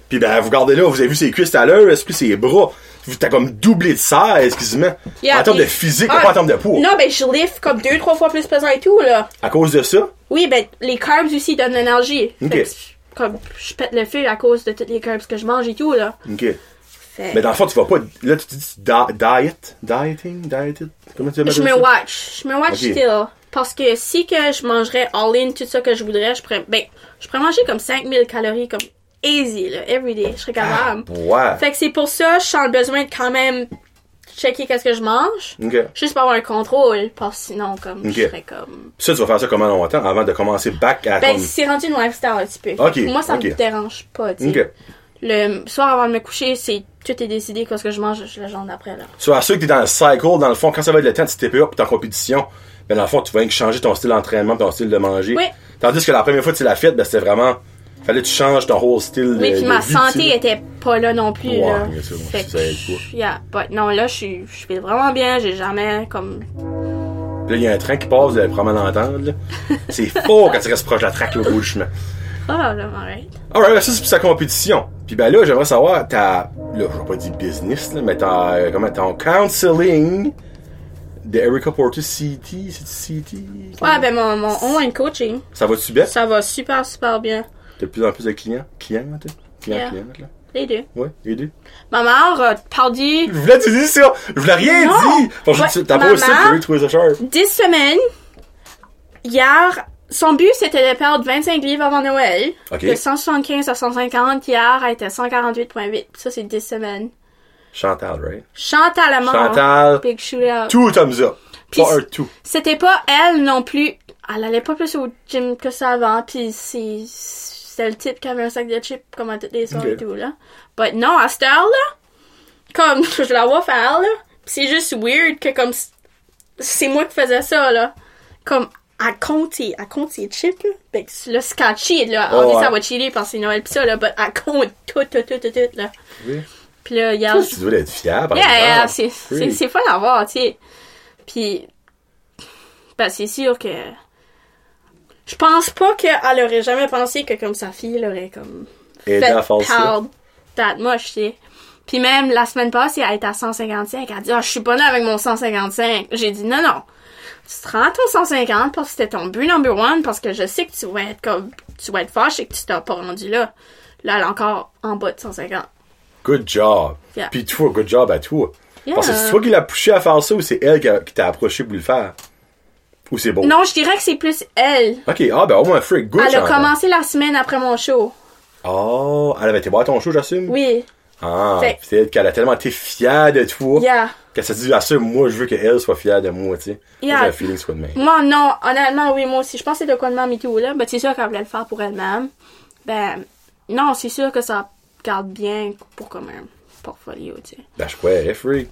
S1: Puis ben, vous regardez là, vous avez vu ses cuisses tout à l'heure, est-ce que ses bras, vous- t'as comme doublé de 16 quasiment.
S2: Yeah,
S1: en termes
S2: puis-
S1: de physique,
S2: Ah,
S1: pas en termes de poids.
S2: Non, ben je lift comme deux, trois fois plus pesant et tout, là.
S1: À cause de ça,
S2: Oui, ben les carbs aussi donnent de l'énergie. Fait
S1: Ok.
S2: que je- Comme je pète le feu à cause de toutes les carbs que je mange et tout, là.
S1: OK.
S2: Fait.
S1: Mais dans le fond, tu vas pas. Là, tu te dis di- diet, dieting, dieted. Comment tu
S2: Je
S1: m'appelles
S2: me
S1: ça?
S2: watch. Je me watch
S1: Ok.
S2: still. Parce que si que je mangerais all-in tout ça que je voudrais, je pourrais, ben, je pourrais manger comme 5000 calories, comme easy, là, everyday. Je serais capable.
S1: Ah, Ouais.
S2: Fait que c'est pour ça, je sens le besoin de quand même checker qu'est-ce que je mange.
S1: OK.
S2: Juste pour avoir un contrôle. Parce que sinon, comme, je
S1: Ok.
S2: serais comme.
S1: Ça, tu vas faire ça comment longtemps avant de commencer back à
S2: Ben,
S1: comme-
S2: c'est rendu une lifestyle un petit peu. Fait
S1: Ok,
S2: que Moi, ça
S1: ok.
S2: me dérange pas, tu sais.
S1: OK.
S2: Le soir avant de me coucher, c'est tout est décidé, qu'est-ce que je mange le jour d'après, là.
S1: Tu vas sûr que t'es dans le cycle, dans le fond, quand ça va être le temps de TPA puis t'es en compétition, ben dans le fond, tu vas rien que changer ton style d'entraînement, ton style de manger.
S2: Oui.
S1: Tandis que la première fois que tu l'as fait, ben c'était vraiment. Fallait que tu changes ton whole style
S2: Oui,
S1: de,
S2: puis
S1: de
S2: ma
S1: vie, tu
S2: santé
S1: sais.
S2: était pas là non plus.
S1: Ouais,
S2: là.
S1: bien sûr, moi,
S2: Fait
S1: ça aide
S2: que, yeah, but non, là, je suis je fais vraiment bien. J'ai jamais comme.
S1: Puis là, il y a un train qui passe, vous allez probablement l'entendre. là. C'est fort quand tu restes proche de la traque là, au bout du chemin.
S2: Probablement, ah, right?
S1: Alright, ben, ça c'est pour sa compétition. Puis ben là, j'aimerais savoir ta. Là, je vais pas dire business, là, mais ta. euh, Comment ton counseling de Erica Porter CT, c'est CT.
S2: Ouais, ben mon, mon online coaching,
S1: Ça va-tu bien?
S2: ça va super, super bien.
S1: T'as de plus en plus de clients. Clients, t'as? Clients,
S2: Yeah.
S1: clientes, là.
S2: Les deux.
S1: Ouais, les deux.
S2: Ma mère a perdu
S1: Je voulais te dire ça! Je voulais rien
S2: Non.
S1: dire! Bon, je-
S2: Ouais,
S1: T'as pas
S2: maman.
S1: aussi de Twister Sharp.
S2: 10 semaines. Hier, son but c'était de perdre 25 livres avant Noël.
S1: Ok.
S2: De 175 à 150. Hier, elle était 148,8. Ça, c'est 10 semaines.
S1: Chantal, right?
S2: Chantal à mort.
S1: Chantal,
S2: Big shootout.
S1: two thumbs up.
S2: Puis-
S1: Pas un two.
S2: c'était pas elle non plus. Elle allait pas plus au gym que ça avant, puis c'est c'était le type qui avait un sac de chips comme à toutes les soirs
S1: Ok.
S2: et tout là. But non, à cette heure là, comme je la vois faire là, pis c'est juste weird que comme c- c'est moi qui faisais ça là, comme à compter, à compte ses chips là. Ben, là c'est quand elle cheat, là,
S1: Oh,
S2: on dit ça
S1: ouais.
S2: va chiller parce que c'est Noël pis ça là, but elle compte tout tout tout tout tout là.
S1: Oui.
S2: Puis là hier,
S1: Tu dois être fier, par
S2: Yeah, Ah, yeah,
S1: exemple.
S2: c'est, c'est,
S1: Oui.
S2: c'est fun à voir, tu sais. Puis, ben, c'est sûr que. Je pense pas qu'elle aurait jamais pensé que comme sa fille l'aurait comme.
S1: Aider à faire ça.
S2: perdre that much, tu sais. Puis même la semaine passée, elle était à 155. Elle a dit, ah, je suis pas là avec mon 155. J'ai dit, non, non. Tu te rends à ton 150 parce que c'était ton but number one, parce que je sais que tu vas être comme. Tu vas être fâché que tu t'as pas rendu là. Là, elle est encore en bas de 150.
S1: Good job.
S2: Yeah.
S1: Puis toi, good job à toi.
S2: Yeah.
S1: Parce que c'est toi qui l'as poussé à faire ça ou c'est elle qui, a- qui t'a approché pour le faire? Ou c'est bon?
S2: Non, je dirais que c'est plus elle.
S1: Ok, ah ben au moins freak, good
S2: Elle a
S1: Chantal. Ah,
S2: commencé la semaine après mon show.
S1: Oh, elle avait été voir ton show, j'assume?
S2: Oui.
S1: Ah,
S2: Fait-
S1: c'est elle qu'elle a tellement été fière de toi
S2: Yeah.
S1: qu'elle s'est dit, ah ça, moi, je veux qu'elle soit fière de moi, tu sais.
S2: Yeah.
S1: J'ai un feeling soit de même.
S2: Moi, non, honnêtement, oui, moi aussi. Je pensais de quoi de même et tout, là. Ben, c'est sûr qu'elle voulait le faire pour elle-même. Ben, non, c'est sûr que ça garde bien pour comme un portfolio, tu sais.
S1: Ben, je crois, elle est free.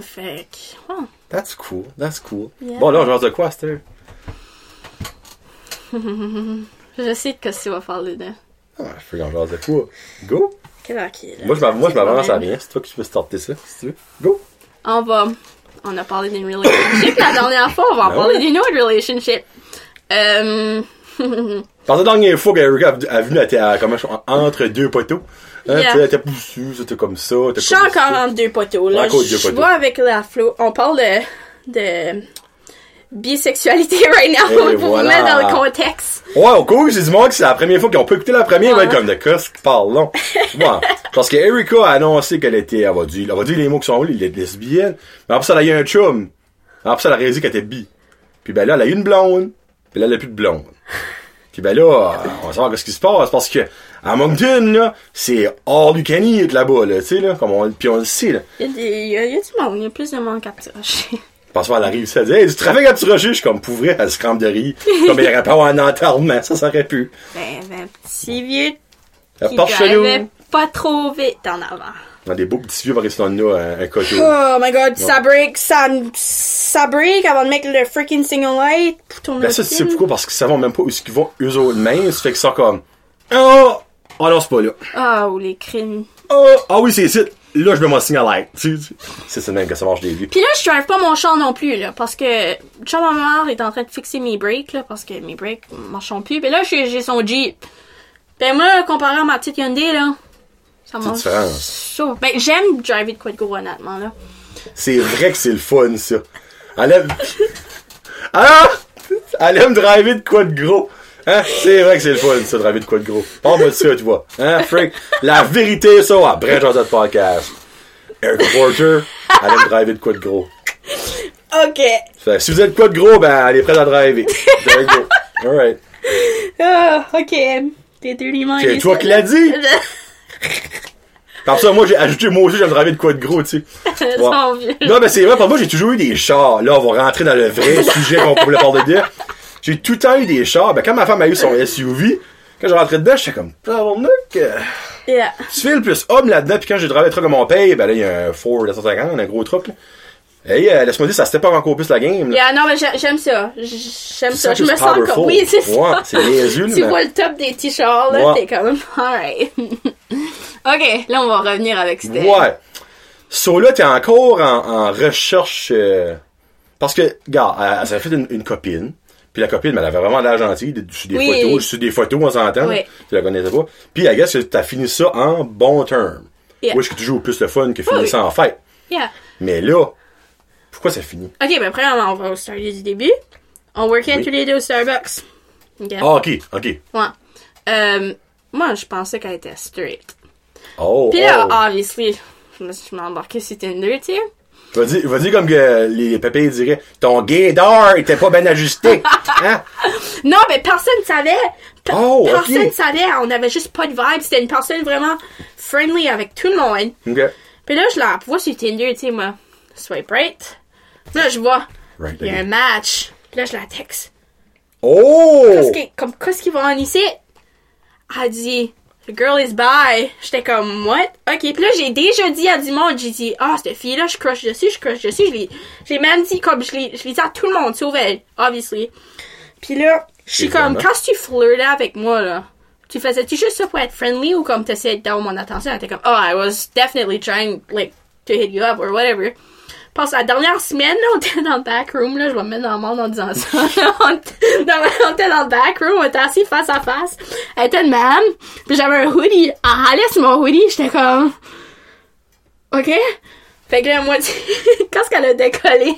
S2: Fait que, ouais.
S1: That's cool, that's cool.
S2: Yeah.
S1: Bon, là, on jase de quoi, Esther?
S2: je sais que tu vas faire dedans.
S1: Ah, je fais qu'on jase de quoi? Go!
S2: Quelle qui là?
S1: Moi, je m'av- moi, je
S2: C'est
S1: m'avance
S2: pas
S1: à
S2: mal.
S1: rien. C'est toi que tu peux starter ça, si tu veux. Go!
S2: On va. On a parlé d'une relationship la dernière fois, on va en
S1: Ben
S2: parler
S1: ouais.
S2: d'une autre relationship. Euh.
S1: Parce que la dernière fois qu'Erika a, a vu, elle était à- comment je- entre deux poteaux. Hein,
S2: Yeah.
S1: tu sais, elle était poussue, c'était comme ça.
S2: Je suis encore entre deux poteaux, là.
S1: Encore deux
S2: Je
S1: poteaux.
S2: vois avec la flow. On parle de. de bisexualité right now
S1: Et
S2: pour
S1: voilà.
S2: vous mettre dans le contexte.
S1: Wow, cool, j'ai du monde que c'est la première fois qu'on peut écouter la première,
S2: Ouais.
S1: ben, comme de quoi ce qui parle long. Bon. Parce que Erika a annoncé qu'elle était, elle va dire, elle va dire les mots qui sont là, elle est lesbienne. Mais après ça, elle a eu un chum. Après ça, elle a réalisé qu'elle était bi. Puis ben là, elle a eu une blonde. Puis là, elle a plus de blonde. Puis ben là, euh, on va savoir ce qui se passe parce que à Moncton, là, c'est hors du canif là-bas, là, tu sais, là, comme on, puis on le sait, là.
S2: Il y, a des- il y a, il y a du monde, il y a plus de monde qu'à Petit Rocher.
S1: Parce qu'elle arrive, ça dit, hey, du trafic à petit rocher, je suis comme pour vrai, elle se crampe de rire. Comme il aurait pas avoir un enterrement, ça, ça aurait pu.
S2: Ben, ben, petit vieux
S1: Elle
S2: qui
S1: part chez nous.
S2: drivait pas trop vite en avant.
S1: Dans des beaux petits vieux euh, par ici, on a un, un coteau.
S2: Oh my god, ça break, ça, ça break avant de mettre le freaking single light pour tourner
S1: Ben
S2: le
S1: ça, tu sais
S2: film.
S1: pourquoi? Parce qu'ils savent même pas où ils vont eux autres mêmes. Ça fait qu'ils sont comme, oh, on lance pas là.
S2: Ah, ou les crimes.
S1: Oh, ah oui, c'est ici. Là, je mets mon signal light. Tu sais, tu- C'est ça même que ça marche des vieux.
S2: Puis là, je drive pas mon char non plus, là, parce que Chum Amar est en train de fixer mes brakes, là, parce que mes brakes marchent plus. Mais là, j'ai j'ai son Jeep. Ben moi, comparé à ma petite Hyundai, là, ça marche.
S1: différent.
S2: ça. Ben, j'aime driver de quoi de gros, honnêtement, là.
S1: C'est vrai que c'est le fun, ça. Elle aime. Ah! Elle aime driver de quoi de gros. Hein? C'est vrai que c'est le fun, ça, driver de quoi de gros. Parle-moi de ça, tu vois. Hein, Frank? La vérité, ça, après, j'entends de podcast. Eric Porter, elle aime driver de quoi de gros.
S2: Ok.
S1: Fait, si vous êtes quoi de gros, ben, elle est prête à driver. There you go. Alright.
S2: Ah, ok. T'es dirty mind.
S1: C'est toi qui l'as dit! Comme ça, moi, j'ai ajouté, moi aussi, j'aime driver de quoi de gros, tu sais. Ouais.
S2: Son vieux.
S1: Non, mais c'est vrai, parce que moi, j'ai toujours eu des chars. Là, on va rentrer dans le vrai sujet qu'on pouvait parler de dire. J'ai tout le temps eu des chars. Ben, quand ma femme a eu son SUV, quand je rentrais dedans, j'étais comme, tabarnak, euh,
S2: Yeah.
S1: tu fais le plus homme là-dedans, puis quand j'ai travaillé le truc à mon père, ben là, il y a un Ford 150, un gros truc, là. Hey, euh, laisse-moi dire, ça se pas encore plus la game, là.
S2: Yeah, non, mais j'a- j'aime ça. J'aime ça.
S1: C'est
S2: Je me
S1: plus
S2: sens comme.
S1: powerful.
S2: Oui, c'est ça.
S1: Ouais, c'est niaiseux,
S2: tu
S1: mais-
S2: vois le top des t-shirts, là,
S1: Ouais.
S2: t'es comme, alright. ok, là, on va revenir avec cette.
S1: Ouais. So là, t'es encore en, en recherche. euh, parce que, gars, elle, elle s'est fait une, une copine. Puis la copine, ben, elle avait vraiment l'air gentille. de- Sur des
S2: Oui.
S1: photos, sur des photos, on s'entend.
S2: Oui.
S1: Tu la connaissais pas. Puis, I guess que t'as fini ça en bon terme.
S2: Yeah.
S1: Moi, je suis toujours plus le fun que finir
S2: Oui.
S1: ça en fête.
S2: Yeah.
S1: Mais là, pourquoi ça finit?
S2: Ok, ben, premièrement, on va au starter du début. On workait
S1: Oui.
S2: tous les deux au Starbucks. Ok.
S1: Ah, ok, ok.
S2: Ouais. Euh, moi, je pensais qu'elle était straight.
S1: Oh,
S2: Puis là, ah.
S1: oh.
S2: obviously, je me suis embarquée sur Tinder, tu sais.
S1: Je vais dire, je vais dire comme que les papiers diraient, ton gaydar était pas bien ajusté. hein?
S2: Non, mais personne ne savait. Pe-
S1: Oh, ok.
S2: personne ne savait. On avait juste pas de vibe. C'était une personne vraiment friendly avec tout le monde.
S1: Ok.
S2: Puis là, je la vois sur Tinder, tu sais, moi. Swipe right. Là, je vois.
S1: Right,
S2: Il y a un
S1: ok.
S2: match. Puis là, je la texte. Qu'est-ce
S1: Oh!
S2: qui- comme, qu'est-ce qu'ils vont en ici? Elle dit, The girl is by. J'étais comme, what? Ok, puis là, j'ai déjà dit à du monde, j'ai dit, ah, cette fille-là, je crush dessus, je crush dessus. Je l'ai- J'ai même dit, comme, je l'ai je l'ai dit à tout le monde, sauf elle, obviously. Puis là, je suis comme,
S1: Évidemment.
S2: quand tu flirtais avec moi, là, tu faisais-tu juste ça pour être friendly ou comme t'essayais d'avoir mon attention? Elle était comme, oh, I was definitely trying, like, to hit you up or whatever. Parce que la dernière semaine, là, on était dans le backroom, là, je vais me mettre dans le monde en disant ça. on, était- dans le- on était dans le backroom, on était assis face à face. Elle était de même. Puis j'avais un hoodie. Elle râlait sur mon hoodie, j'étais comme... OK? Fait que là, moi, tu- quand ce qu'elle a décollé,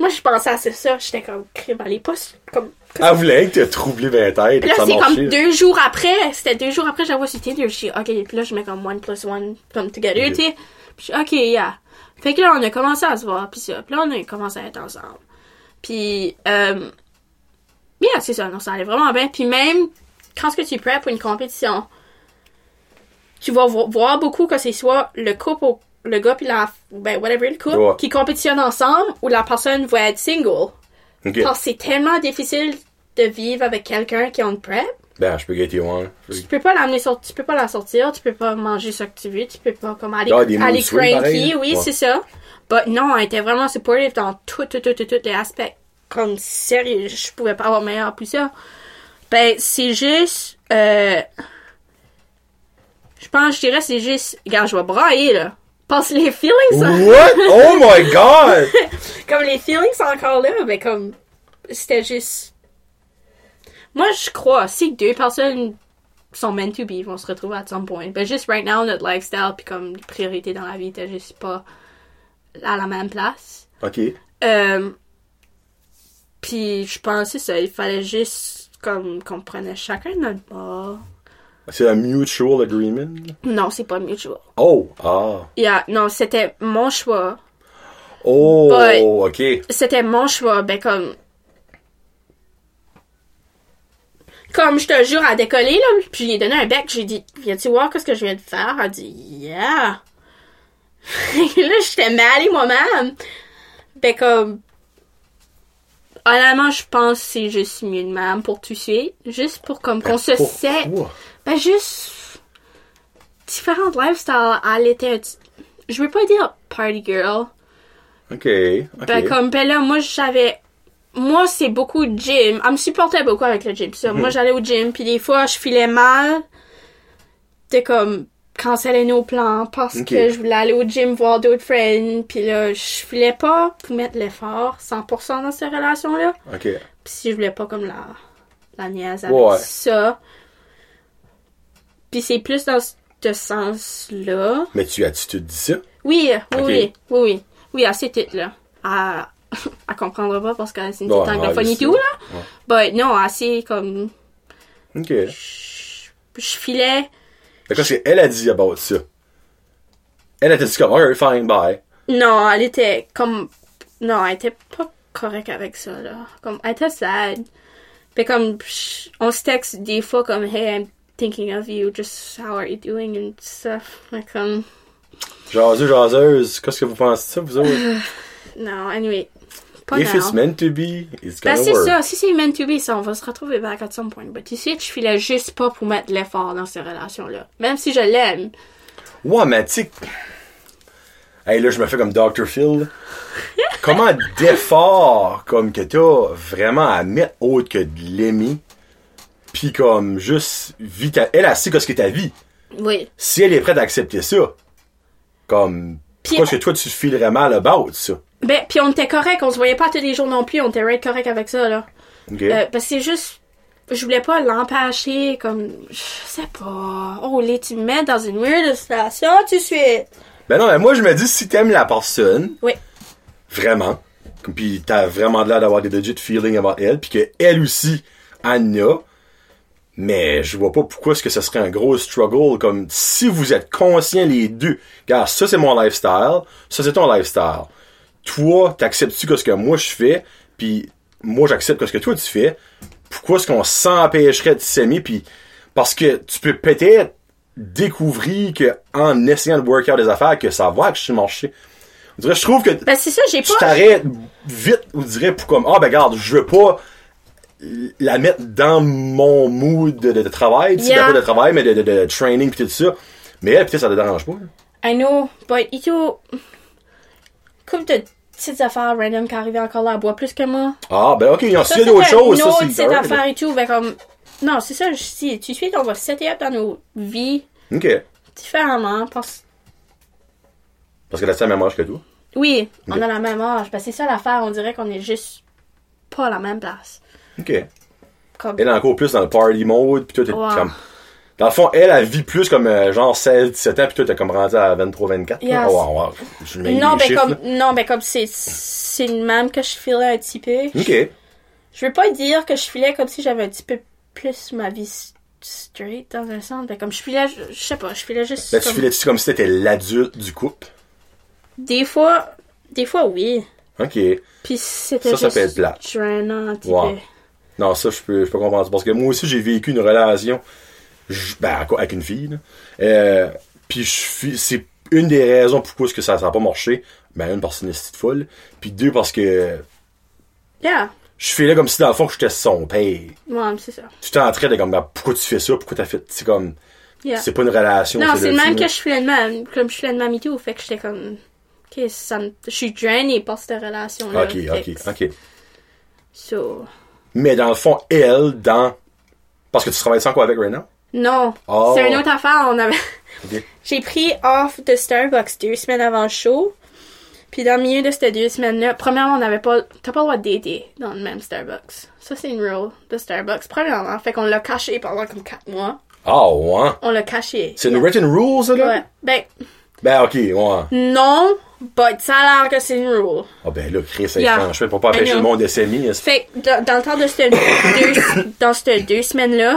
S2: moi, je pensais à ça. J'étais comme, crime, elle est pas... su- Comme,
S1: Elle voulait que t'aies troublé ma tête.
S2: puis
S1: et
S2: là,
S1: que ça
S2: c'est
S1: marchait.
S2: comme deux jours après. C'était deux jours après, j'avais sur Tinder. Je dis, OK, puis là, je mets comme one plus one, comme together,
S1: Ok.
S2: tu sais. Puis je dis, OK, yeah. Fait que là, on a commencé à se voir, puis ça. Puis là, on a commencé à être ensemble. Puis, euh, yeah, c'est ça. Non, ça allait vraiment bien. Puis même, quand est-ce que tu es prêt pour une compétition? tu vas vo- voir beaucoup que c'est soit le couple, au- le gars puis la, ben whatever le couple,
S1: Ouais.
S2: qui compétitionnent ensemble, ou la personne va être single.
S1: Ok.
S2: Parce que c'est tellement difficile de vivre avec quelqu'un qui est on prep.
S1: Ben, je peux gâter one.
S2: Tu peux pas l'amener sur, tu peux pas la sortir, tu peux pas manger ce que tu veux, tu peux pas comme aller,
S1: Ah, des mood
S2: aller
S1: swings pareil,
S2: cranky,
S1: hein?
S2: oui,
S1: Ouais.
S2: c'est ça. But non, elle était vraiment supportive dans tout, tout, tout, tout, tous les aspects. Comme sérieux, je pouvais pas avoir meilleur plus ça. Ben, c'est juste, euh, je pense, je dirais, c'est juste, regarde, je vais brailler, là. Parce que les feelings, sont-
S1: What? Oh my god!
S2: comme les feelings sont encore là, mais comme c'était juste. Moi, je crois si deux personnes sont meant to be, ils vont se retrouver à some point. Mais juste right now, notre lifestyle puis comme les priorités dans la vie étaient juste pas à la même place.
S1: Ok.
S2: Euh, puis je pensais ça, il fallait juste comme qu'on prenait chacun notre bord.
S1: C'est un mutual agreement?
S2: Non, c'est pas mutual.
S1: Oh! Ah!
S2: Yeah, non, c'était mon choix.
S1: Oh!
S2: But-
S1: ok.
S2: c'était mon choix, ben comme. Comme je te jure, à décoller, là, puis je lui ai donné un bec, j'ai dit, viens-tu voir qu'est-ce que je viens de faire? Elle dit, yeah! Et là, j'étais mal moi-même. Ben comme. Honnêtement, je pense que c'est juste mieux de même pour tout de suite. Juste pour comme qu'on se sait.
S1: Ben, Pourquoi?
S2: Ben juste différentes lifestyles. Elle était un petit- Je veux pas dire party girl.
S1: Ok. ok.
S2: Ben, comme, ben là, moi, j'avais. Moi, c'est beaucoup de gym. Elle me supportait beaucoup avec le gym. Ça. Moi,
S1: Mhm.
S2: j'allais au gym, puis des fois, je filais mal. De comme, canceller nos plans parce
S1: Ok.
S2: que je voulais aller au gym voir d'autres friends. Puis là, je filais pas pour mettre l'effort 100% dans ces relations-là.
S1: Ok.
S2: Puis si je voulais pas comme la, la niaise avec
S1: Ouais.
S2: ça. Puis c'est plus dans ce sens-là.
S1: Mais tu as-tu te dit ça?
S2: Oui, oui,
S1: Ok.
S2: oui, oui, oui. Oui, à ce titre-là. À, à comprendre pas parce que c'est une
S1: Ouais,
S2: petite anglophone
S1: ouais,
S2: et tout, là. But non, assez comme.
S1: Ok. Fait
S2: Je je filais.
S1: que qu'est-ce qu'elle a dit about ça? Elle a dit comme, alright, fine, bye.
S2: Non, elle était comme. Non, elle était pas correcte avec ça, là. Comme, elle était sad. Puis comme, je- on se texte des fois comme, hey, I'm thinking of you, just how are you doing and stuff. Mais comme,
S1: Jaseux, jaseuse, qu'est-ce que vous pensez de ça, vous autres?
S2: non, anyway. Pas
S1: If
S2: now.
S1: it's meant to be, it's
S2: Ben,
S1: gonna
S2: c'est
S1: work.
S2: ça. Si c'est meant to be, ça, on va se retrouver back at some point. But ici, je filais juste pas pour mettre de l'effort dans ces relations-là. Même si je l'aime.
S1: Ouais, mais tu sais- Hey, là, je me fais comme Dr. Phil. Comment d'efforts comme que t'as vraiment à mettre autre que de l'aimer? Puis comme juste vite elle, elle sait qu'est-ce que ta vie.
S2: Oui.
S1: Si elle est prête à accepter ça, comme
S2: Puis-
S1: pourquoi est-ce que toi tu filerais mal about ça?
S2: Ben, puis on était correct. On se voyait pas tous les jours non plus. On était right correct avec ça, là.
S1: Ok.
S2: Euh, parce que c'est juste. Je voulais pas l'empêcher, comme. Je sais pas. Oh, les tu me mets dans une weird situation tout de suite.
S1: Ben non, mais moi je me dis si t'aimes la personne,
S2: Oui.
S1: vraiment, comme, puis t'as vraiment l'air d'avoir des legit feelings about elle, puis que elle aussi en a, mais je vois pas pourquoi est-ce que ce serait un gros struggle, comme si vous êtes conscients les deux, car ça c'est mon lifestyle, ça c'est ton lifestyle. Toi, t'acceptes-tu que ce que moi je fais, puis moi j'accepte que ce que toi tu fais, pourquoi est-ce qu'on s'empêcherait de s'aimer, puis parce que tu peux peut-être découvrir que en essayant de work out des affaires que ça va que je suis marché. On dirait, je trouve que
S2: Ben, c'est ça, j'ai
S1: tu
S2: pas.
S1: t'arrêtes vite, on dirait, pour comme, ah, ben, garde, je veux pas la mettre dans mon mood de, de- de travail, tu sais,
S2: Yeah.
S1: pas de travail, mais de, de- de training pis tout ça. Mais elle, peut-être, ça te dérange pas. là.
S2: I know, but et tout. Comme de petites affaires random qui arrivaient encore là, elle boit plus que moi.
S1: Ah, ben, ok, non, s'il
S2: Ça,
S1: y a
S2: c'était
S1: d'autres choses,
S2: une
S1: ça,
S2: autre,
S1: c'est...
S2: cette
S1: alright,
S2: affaire et tout, ben comme... Non, c'est ça, je dis, tu suis, on va setter up dans nos vies
S1: Ok.
S2: différemment, parce...
S1: Parce que la c'est la même âge que toi.
S2: Oui, on a la même âge, ben c'est ça l'affaire, on dirait qu'on est juste pas à la même place.
S1: Ok.
S2: Comme...
S1: Elle est encore plus dans le party mode pis toi, t'es
S2: Wow.
S1: comme. Dans le fond, elle, elle vit plus comme euh, genre 16, 17 ans pis toi, t'es comme rendu à 23, 24.
S2: Yes.
S1: Oh, wow, wow. Je mets
S2: Non,
S1: les
S2: ben
S1: chiffres,
S2: comme...
S1: là.
S2: Non, ben comme c'est... C'est le même que je filais un petit peu.
S1: Ok. ben,
S2: Je veux pas dire que je filais comme si j'avais un petit peu plus ma vie s- straight, dans un sens, ben comme je filais... Je je sais pas, je filais juste...
S1: Là, Ben, tu
S2: comme-
S1: filais-tu comme si t'étais l'adulte du couple?
S2: Des fois... Des fois, oui.
S1: Ok.
S2: Puis c'était
S1: Ça, ça
S2: juste
S1: peut être plate.
S2: drainant un petit
S1: Wow.
S2: peu.
S1: Non, ça, je peux, je peux comprendre. ça. Parce que moi aussi, j'ai vécu une relation je- ben, à quoi- avec une fille, là. Euh, puis je suis- c'est une des raisons pourquoi est-ce que ça n'a pas marché. Ben, une, parce que c'est une petite folle. Puis deux, parce que
S2: Yeah.
S1: je filais comme si dans le fond que j'étais son père.
S2: Ouais, c'est ça.
S1: Tu t'es en train de comme, ben, pourquoi tu fais ça? Pourquoi t'as fait, c'est comme,
S2: Yeah.
S1: c'est pas une relation.
S2: Non, c'est
S1: le
S2: le même
S1: film.
S2: que je suis le même. Comme je suis le même et tout, fait que j'étais comme. Ok, ça me... je suis drainée par cette relation-là.
S1: Ok,
S2: Fait
S1: ok,
S2: que-
S1: ok.
S2: So.
S1: Mais dans le fond, elle, dans. Parce que tu travailles sans quoi avec right now?
S2: Non.
S1: Oh.
S2: C'est une autre affaire. On avait...
S1: Ok.
S2: J'ai pris off de Starbucks deux semaines avant le show. Puis dans le milieu de ces deux semaines-là, premièrement, on n'avait pas. T'as pas le droit de dater dans le même Starbucks. Ça, c'est une rule de Starbucks. Premièrement, fait qu'on l'a caché pendant comme quatre mois.
S1: Ah, ouais.
S2: On l'a caché.
S1: C'est une written rules, ça, là?
S2: Ouais. Ben,
S1: Ben, ok, ouais.
S2: non, but ça a l'air que c'est une rule.
S1: Ah, ben là, Chris, c'est
S2: Yeah.
S1: franc. Je peux pas empêcher
S2: I know.
S1: le monde de s'aimer. hein, est-ce-
S2: Fait que dans, dans le temps de ces deux, dans ces deux semaines-là,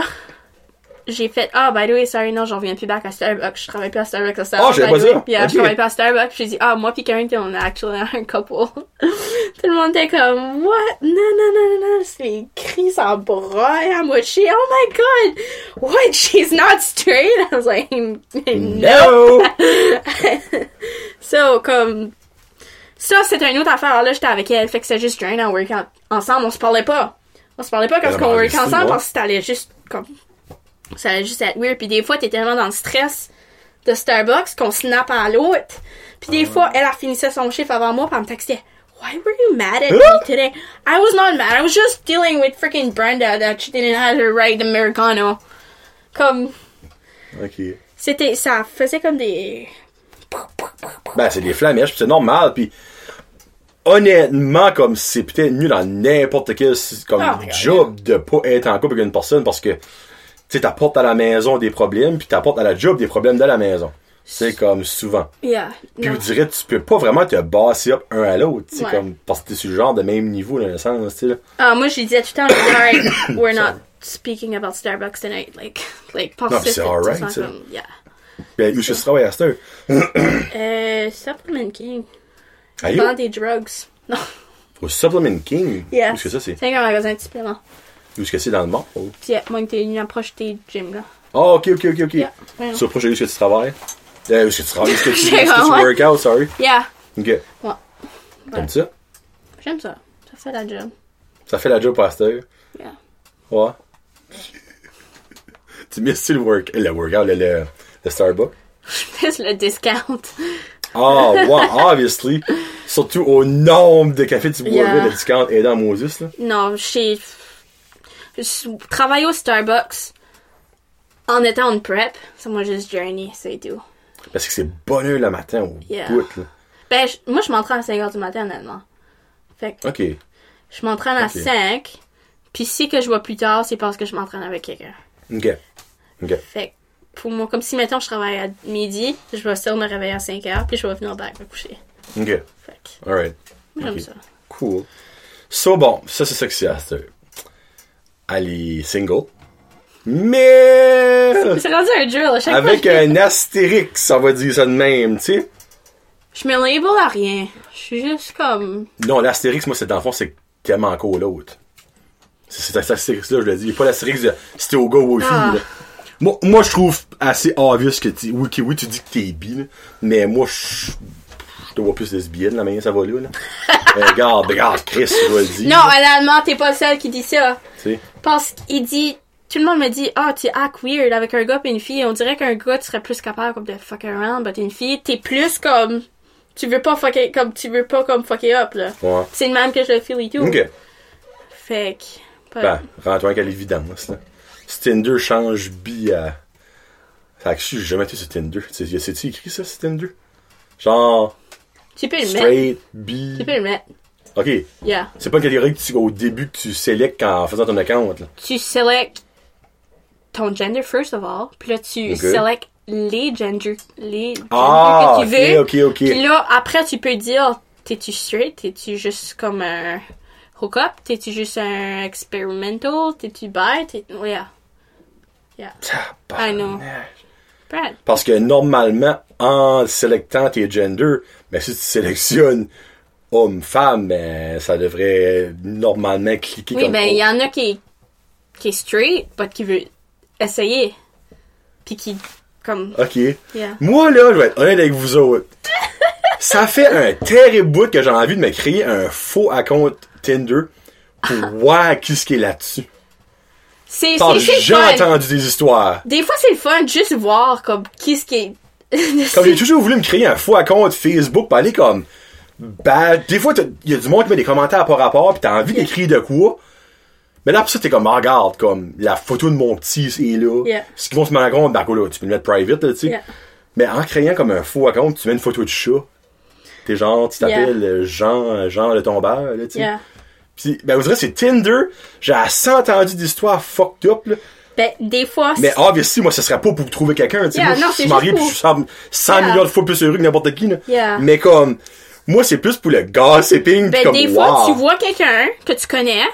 S2: j'ai fait Ah, by the way, sorry, non, j'en reviens plus back à Starbucks. Je travaille plus à Starbucks. À Starbucks
S1: Ah, j'avais
S2: by
S1: pas
S2: the way.
S1: ça.
S2: Yeah,
S1: Ok.
S2: Je travaille pas à Starbucks. J'ai dit Ah, moi puis Karen, on est actuellement un couple. Tout le monde était comme What? Non, non, non, non, non. C'est écrit sans bras à moitié. Oh my god! What? She's not straight? I was like,
S1: Mm.
S2: No!
S1: No!
S2: So, comme. Ça, c'était une autre affaire. Alors là, j'étais avec elle. Fait que c'est juste drain en workout. Ensemble, on se parlait pas. On se parlait pas quand
S1: Elle
S2: on
S1: m'a
S2: workait
S1: enregistré,
S2: ensemble
S1: moi.
S2: parce que t'allais juste. Comme. Ça allait juste être weird. Puis des fois, t'es tellement dans le stress de Starbucks qu'on snap à l'autre. Puis des fois, elle, elle finissait son chiffre avant moi. Puis elle me textait. Why were you mad at me today? I was not mad. I was just dealing with freaking Brenda that she didn't have her right Americano. Comme.
S1: ok.
S2: C'était. Ça faisait comme des.
S1: Ben, c'est des flamèches, pis c'est normal, puis honnêtement, comme c'est peut-être mieux dans n'importe quel si- comme
S2: Oh my God.
S1: job de pas être en couple avec une personne parce que tu sais, t'apportes à la maison des problèmes, puis t'apportes à la job des problèmes de la maison. C'est comme souvent.
S2: Yeah.
S1: Puis
S2: non.
S1: vous direz, tu peux pas vraiment te basser up un à l'autre, tu sais,
S2: Ouais.
S1: comme parce que t'es sur le genre de même niveau dans le sens, tu sais. là.
S2: Ah, moi, je lui disais tout le temps, je disais, alright, we're not speaking about Starbucks tonight. Like, like, pense
S1: Non, puis c'est
S2: tout
S1: all
S2: le
S1: right,
S2: temps
S1: ça.
S2: comme, yeah.
S1: Ben, où est-ce que tu travailles à cette heure?
S2: Euh, Supplement King.
S1: Are you?
S2: Vend des drugs. Non.
S1: Au Supplement King?
S2: Yeah.
S1: Où est-ce que ça, c'est?
S2: C'est un magasin de suppléments.
S1: Où est-ce que c'est dans le monde? Oh,
S2: Puis, yeah, moi, t'es venu approche tes gym, là.
S1: Ah, ok, ok, ok, ok.
S2: Yeah.
S1: Tu vas proche de où est-ce que tu travailles? Euh, où est-ce que tu travailles? Où est-ce que tu,
S2: J'ai
S1: est-ce que tu
S2: vraiment-
S1: workout, sorry?
S2: Yeah.
S1: Ok.
S2: Ouais.
S1: Comme ça?
S2: J'aime ça. Ça fait la job.
S1: Ça fait la job pasteur.
S2: Yeah.
S1: Ouais. tu misses le, work, le workout, le, le, le Starbucks?
S2: Plus le discount.
S1: Ah, ouais, obviously. Surtout au nombre de cafés que tu bois,
S2: Yeah.
S1: là, le discount est dans Moses, là.
S2: Non, j'ai... je Travailler au Starbucks en étant en prep, ça m'a juste journey, c'est tout.
S1: Parce que c'est bonne heure le matin au
S2: Yeah.
S1: bout, là.
S2: Ben, je- moi, je m'entraîne à 5h du matin, honnêtement. Fait que...
S1: Ok.
S2: Je m'entraîne à
S1: Ok.
S2: 5. Puis si que je vois plus tard, c'est parce que je m'entraîne avec quelqu'un.
S1: Ok. Ok.
S2: Fait que pour moi, comme si maintenant je travaille à midi, je vais sûrement me réveiller à 5 heures, puis je vais venir back me coucher.
S1: Ok.
S2: Fait que
S1: Alright.
S2: j'aime
S1: Ok.
S2: ça.
S1: Cool. So bon, ça c'est ça que c'est à cette heure. Elle est single. Mais
S2: C'est rendu un drill à chaque
S1: avec
S2: fois. Je,
S1: un astérix, on va dire ça de même, tu sais.
S2: je me label à rien. Je suis juste comme.
S1: Non, l'astérix, moi, c'est dans le fond, c'est tellement cool l'autre. C'est c'est cet astérix-là, je le dis. Pas l'astérix de c'était au gars ou aux filles.
S2: Ah.
S1: là. Moi, moi, je trouve assez obvious que tu. Oui, que- oui, tu dis que t'es bi, là, mais moi, je. Je te vois plus lesbienne, la manière ça va là. là. Euh, regarde, regarde, Chris, je vais le dire.
S2: Non, honnêtement, t'es pas le seul qui dit ça.
S1: tu sais.
S2: Parce qu'il dit. Tout le monde me dit, ah, tu hack weird avec un gars et une fille. On dirait qu'un gars, tu serais plus capable comme de fuck around, but une fille, t'es plus comme. Tu veux pas fucker, comme, tu veux pas comme fucker up, là.
S1: Ouais.
S2: C'est le même que je le feel et tout.
S1: Ok.
S2: Fait que. pas-
S1: Ben, rends-toi qu'à l'évidence, là. Si Tinder change bi à. Fait que je suis jamais été sur Tinder. Tu sais, C'est-tu écrit ça, sur Tinder? Genre,
S2: tu peux le mettre.
S1: straight, bi.
S2: Tu peux le mettre.
S1: Ok.
S2: Yeah.
S1: C'est pas une catégorie que tu, au début que tu sélectes en faisant ton account, là.
S2: Tu select ton gender first of all. Puis là, tu
S1: Ok.
S2: select les genders. Les genders
S1: Ah,
S2: que tu veux.
S1: ok, ok, ok.
S2: Puis là, après, tu peux dire t'es-tu straight? T'es-tu juste comme un hookup? T'es-tu juste un experimental? T'es-tu bi? T'es- Yeah. I know. Brad.
S1: Parce que normalement, en sélectant tes genders, mais si tu sélectionnes homme-femme, ben, ça devrait normalement cliquer
S2: Oui,
S1: comme
S2: ben, il y en a qui, qui est straight, but qui veut essayer. Puis qui, comme,
S1: OK.
S2: yeah.
S1: Moi, là, je vais être honnête avec vous autres. Ça fait un terrible bout que j'ai envie de me créer un faux account Tinder pour voir qui ce qui est là-dessus.
S2: Ah. C'est,
S1: T'as
S2: c'est, c'est
S1: j'ai
S2: le fun.
S1: entendu des histoires.
S2: Des fois, c'est le fun de juste voir, comme, qui ce qui est.
S1: Comme j'ai toujours voulu me créer un faux account Facebook pour aller comme. Bah, des fois, il y a du monde qui met des commentaires par rapport, pis t'as envie d'écrire de quoi. Mais là, pour ça, t'es comme, Ah, regarde, comme, la photo de mon petit est là.
S2: Yeah.
S1: Ce qu'ils vont se rendre compte, ben, quoi, là, tu peux le mettre private, là, tu sais.
S2: Yeah.
S1: Mais en créant comme un faux account, tu mets une photo de chat. T'es genre, tu t'appelles euh, Jean, Jean le tombeur, là, tu sais.
S2: Yeah.
S1: Pis, ben, vous direz, c'est Tinder. J'ai assez entendu d'histoires fucked up, là.
S2: Ben, des fois,
S1: Mais
S2: c'est-
S1: obviously, moi, ce serait pas pour trouver quelqu'un. tu sais
S2: Yeah,
S1: moi,
S2: non,
S1: je suis
S2: c'est
S1: marié
S2: juste
S1: puis je suis 100, 100
S2: Yeah.
S1: millions de fois plus heureux que n'importe qui. là.
S2: Yeah.
S1: Mais comme, moi, c'est plus pour le gossiping. puis
S2: ben,
S1: comme,
S2: des
S1: wow.
S2: fois, tu vois quelqu'un que tu connais,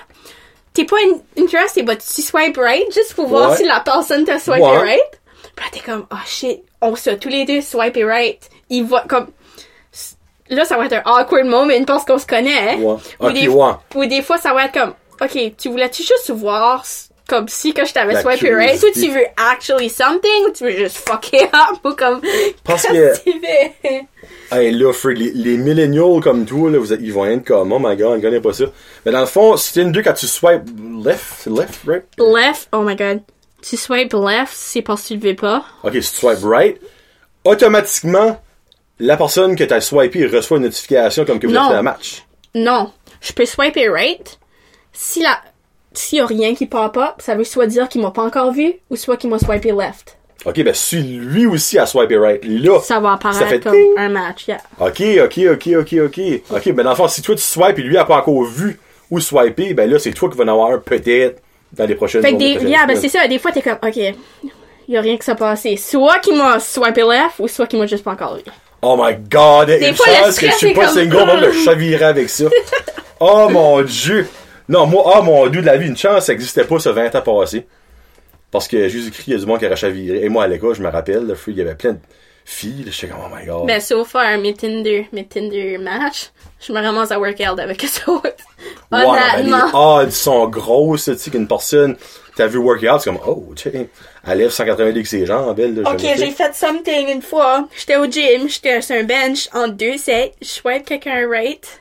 S2: t'es pas in- interested, but tu swipe right juste pour voir
S1: Ouais.
S2: si la personne t'a swipé
S1: Ouais.
S2: right. Puis là, t'es comme, oh shit, on se tous les deux swipé right. Il voit comme. Là, ça va être un awkward moment parce qu'on se connaît. hein.
S1: Ouais.
S2: Ou,
S1: Ok,
S2: des...
S1: ouais.
S2: ou des fois, ça va être comme, ok, tu voulais-tu juste voir s- comme si que je t'avais
S1: La
S2: swipé right ou
S1: curiosité.
S2: tu veux actually something ou tu veux juste fuck it up ou comme.
S1: Parce
S2: qu'est-ce tu fais?
S1: Hey, là, Fred, les, les millennials comme toi, là, vous êtes- ils vont être comme, oh my god, on connaît pas ça. Mais dans le fond, si t'es une deux, quand tu swipe left, c'est left, right?
S2: left, oh my god. Tu swipes left, c'est parce que tu le veux pas.
S1: Ok, si tu swipes right, automatiquement, la personne que t'as swipé reçoit une notification comme que vous
S2: Non.
S1: avez fait un match.
S2: Non, je peux swiper right. Si la, s'il y a rien qui pop up, ça veut soit dire qu'ils m'ont pas encore vu ou soit qu'ils m'ont swipé left.
S1: Ok, ben, si lui aussi a swipé right, là,
S2: Ça va apparaître
S1: Ça fait
S2: comme
S1: ting.
S2: un match, yeah.
S1: Ok, ok, ok, ok, ok. Ok, ben dans le fond, si toi tu swipes et lui a pas encore vu où swiper, ben là c'est toi qui vas en avoir un peut-être dans les prochaines
S2: Fait que
S1: jours, les
S2: des,
S1: prochaines
S2: yeah, ben c'est
S1: semaines.
S2: ça, des fois t'es comme, ok, y a rien qui s'est passé. Soit qu'ils m'ont swipé left ou soit qu'ils m'ont juste pas encore vu.
S1: Oh my god, une
S2: fois, le
S1: chance que
S2: stress
S1: je suis
S2: est
S1: pas
S2: comme-
S1: single, on va me chavirer avec ça. oh mon dieu. Non, moi, oh mon dieu de la vie, une chance, ça existait pas ce 20 ans passé. Parce que Jésus-Christ, il y a du monde qui aurait chaviré. Et moi, à l'école, je me rappelle, là, il y avait plein de filles, là, j'étais comme, oh my god.
S2: Ben, so far, mes Tinder, mes Tinder match, je me ramasse à workout avec eux autres.
S1: Ouais, ben, les
S2: Honnêtement.
S1: odds sont grosses, tu sais, qu'une personne, t'as vu workout, c'est comme, oh, tiens, elle lève 190 avec ses jambes, elle, là,
S2: Ok,
S1: jamais
S2: j'ai
S1: fait.
S2: fait something une fois. J'étais au gym, j'étais sur un bench en deux sets, je swipe quelqu'un right.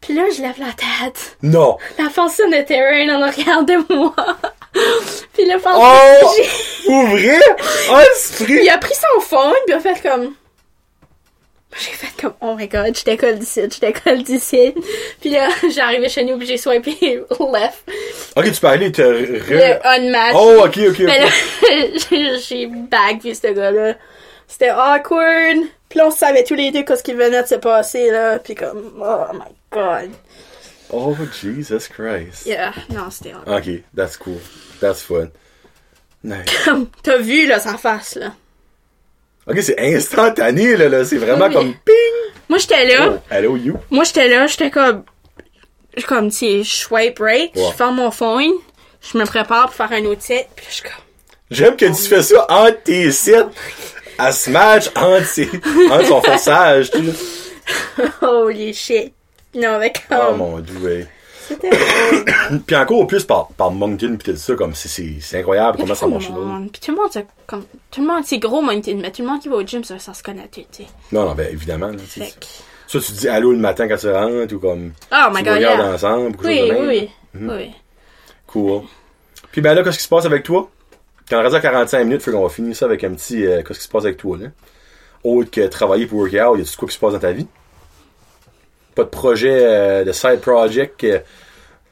S2: Puis là, je lève la tête.
S1: Non!
S2: La personne de terrain en arrière de moi. puis le personne,
S1: Oh!
S2: j'ai-
S1: Ouvrez! Oh, esprit!
S2: il a pris son phone, puis il a fait comme... J'ai fait comme, oh my god, je décolle d'ici, je décolle d'ici. Puis là, j'ai arrivé chez nous, puis j'ai swipé left.
S1: Ok, tu peux aller te
S2: Le
S1: re...
S2: unmatch.
S1: Oh, ok, ok,
S2: Mais
S1: ok.
S2: là, j'ai- j'ai back vu ce gars-là. C'était awkward. Puis là, on savait tous les deux qu'est-ce qui venait de se passer, là. Puis comme, oh my god.
S1: Oh, Jesus Christ.
S2: Yeah, non, c'était awkward.
S1: Ok, that's cool. That's fun. Nice.
S2: Comme, T'as vu, là, sa face, là.
S1: Ok, c'est instantané, là, là. C'est vraiment
S2: Ah Oui. Ah.
S1: comme ping!
S2: Moi, j'étais là.
S1: Oh, hello, you.
S2: Moi, j'étais là. J'étais comme, je- comme, tu sais, je swipe right.
S1: Ouais.
S2: Je ferme mon phone. Je me prépare pour faire un autre set. Puis là, je suis comme,
S1: J'aime que tu fais ça entre tes sites, à ce match, entre, ses- entre son forçage, tu sais.
S2: holy shit. Non, mais
S1: Oh
S2: comme,
S1: mon dieu, ouais.
S2: c'était
S1: Puis encore au plus par, par Moncton pis tout ça, comme c'est- c'est c'est incroyable comment ça
S2: tout le
S1: marche. là.
S2: monde. Puis tout le monde, se- comme, tout le monde, c'est gros, mountain, mais tout le monde qui va au gym, ça, ça se connaît, tu sais.
S1: Non, non, ben évidemment. là, c'est-
S2: Fait que-
S1: Soit tu dis allô le matin quand tu rentres ou comme
S2: Oh my
S1: tu
S2: god,
S1: regardes
S2: yeah.
S1: ensemble ou quelque
S2: Oui,
S1: chose de
S2: oui,
S1: même. Hmm.
S2: oui. oui.
S1: Cool. Puis ben là, qu'est-ce qui se passe avec toi? Quand on reste à 45 minutes, fait qu'on va finir ça avec un petit euh, qu'est-ce qui se passe avec toi là. Autre que travailler pour Workout, y a-tu de quoi qui se passe dans ta vie? Pas de projet, euh, de side project, euh,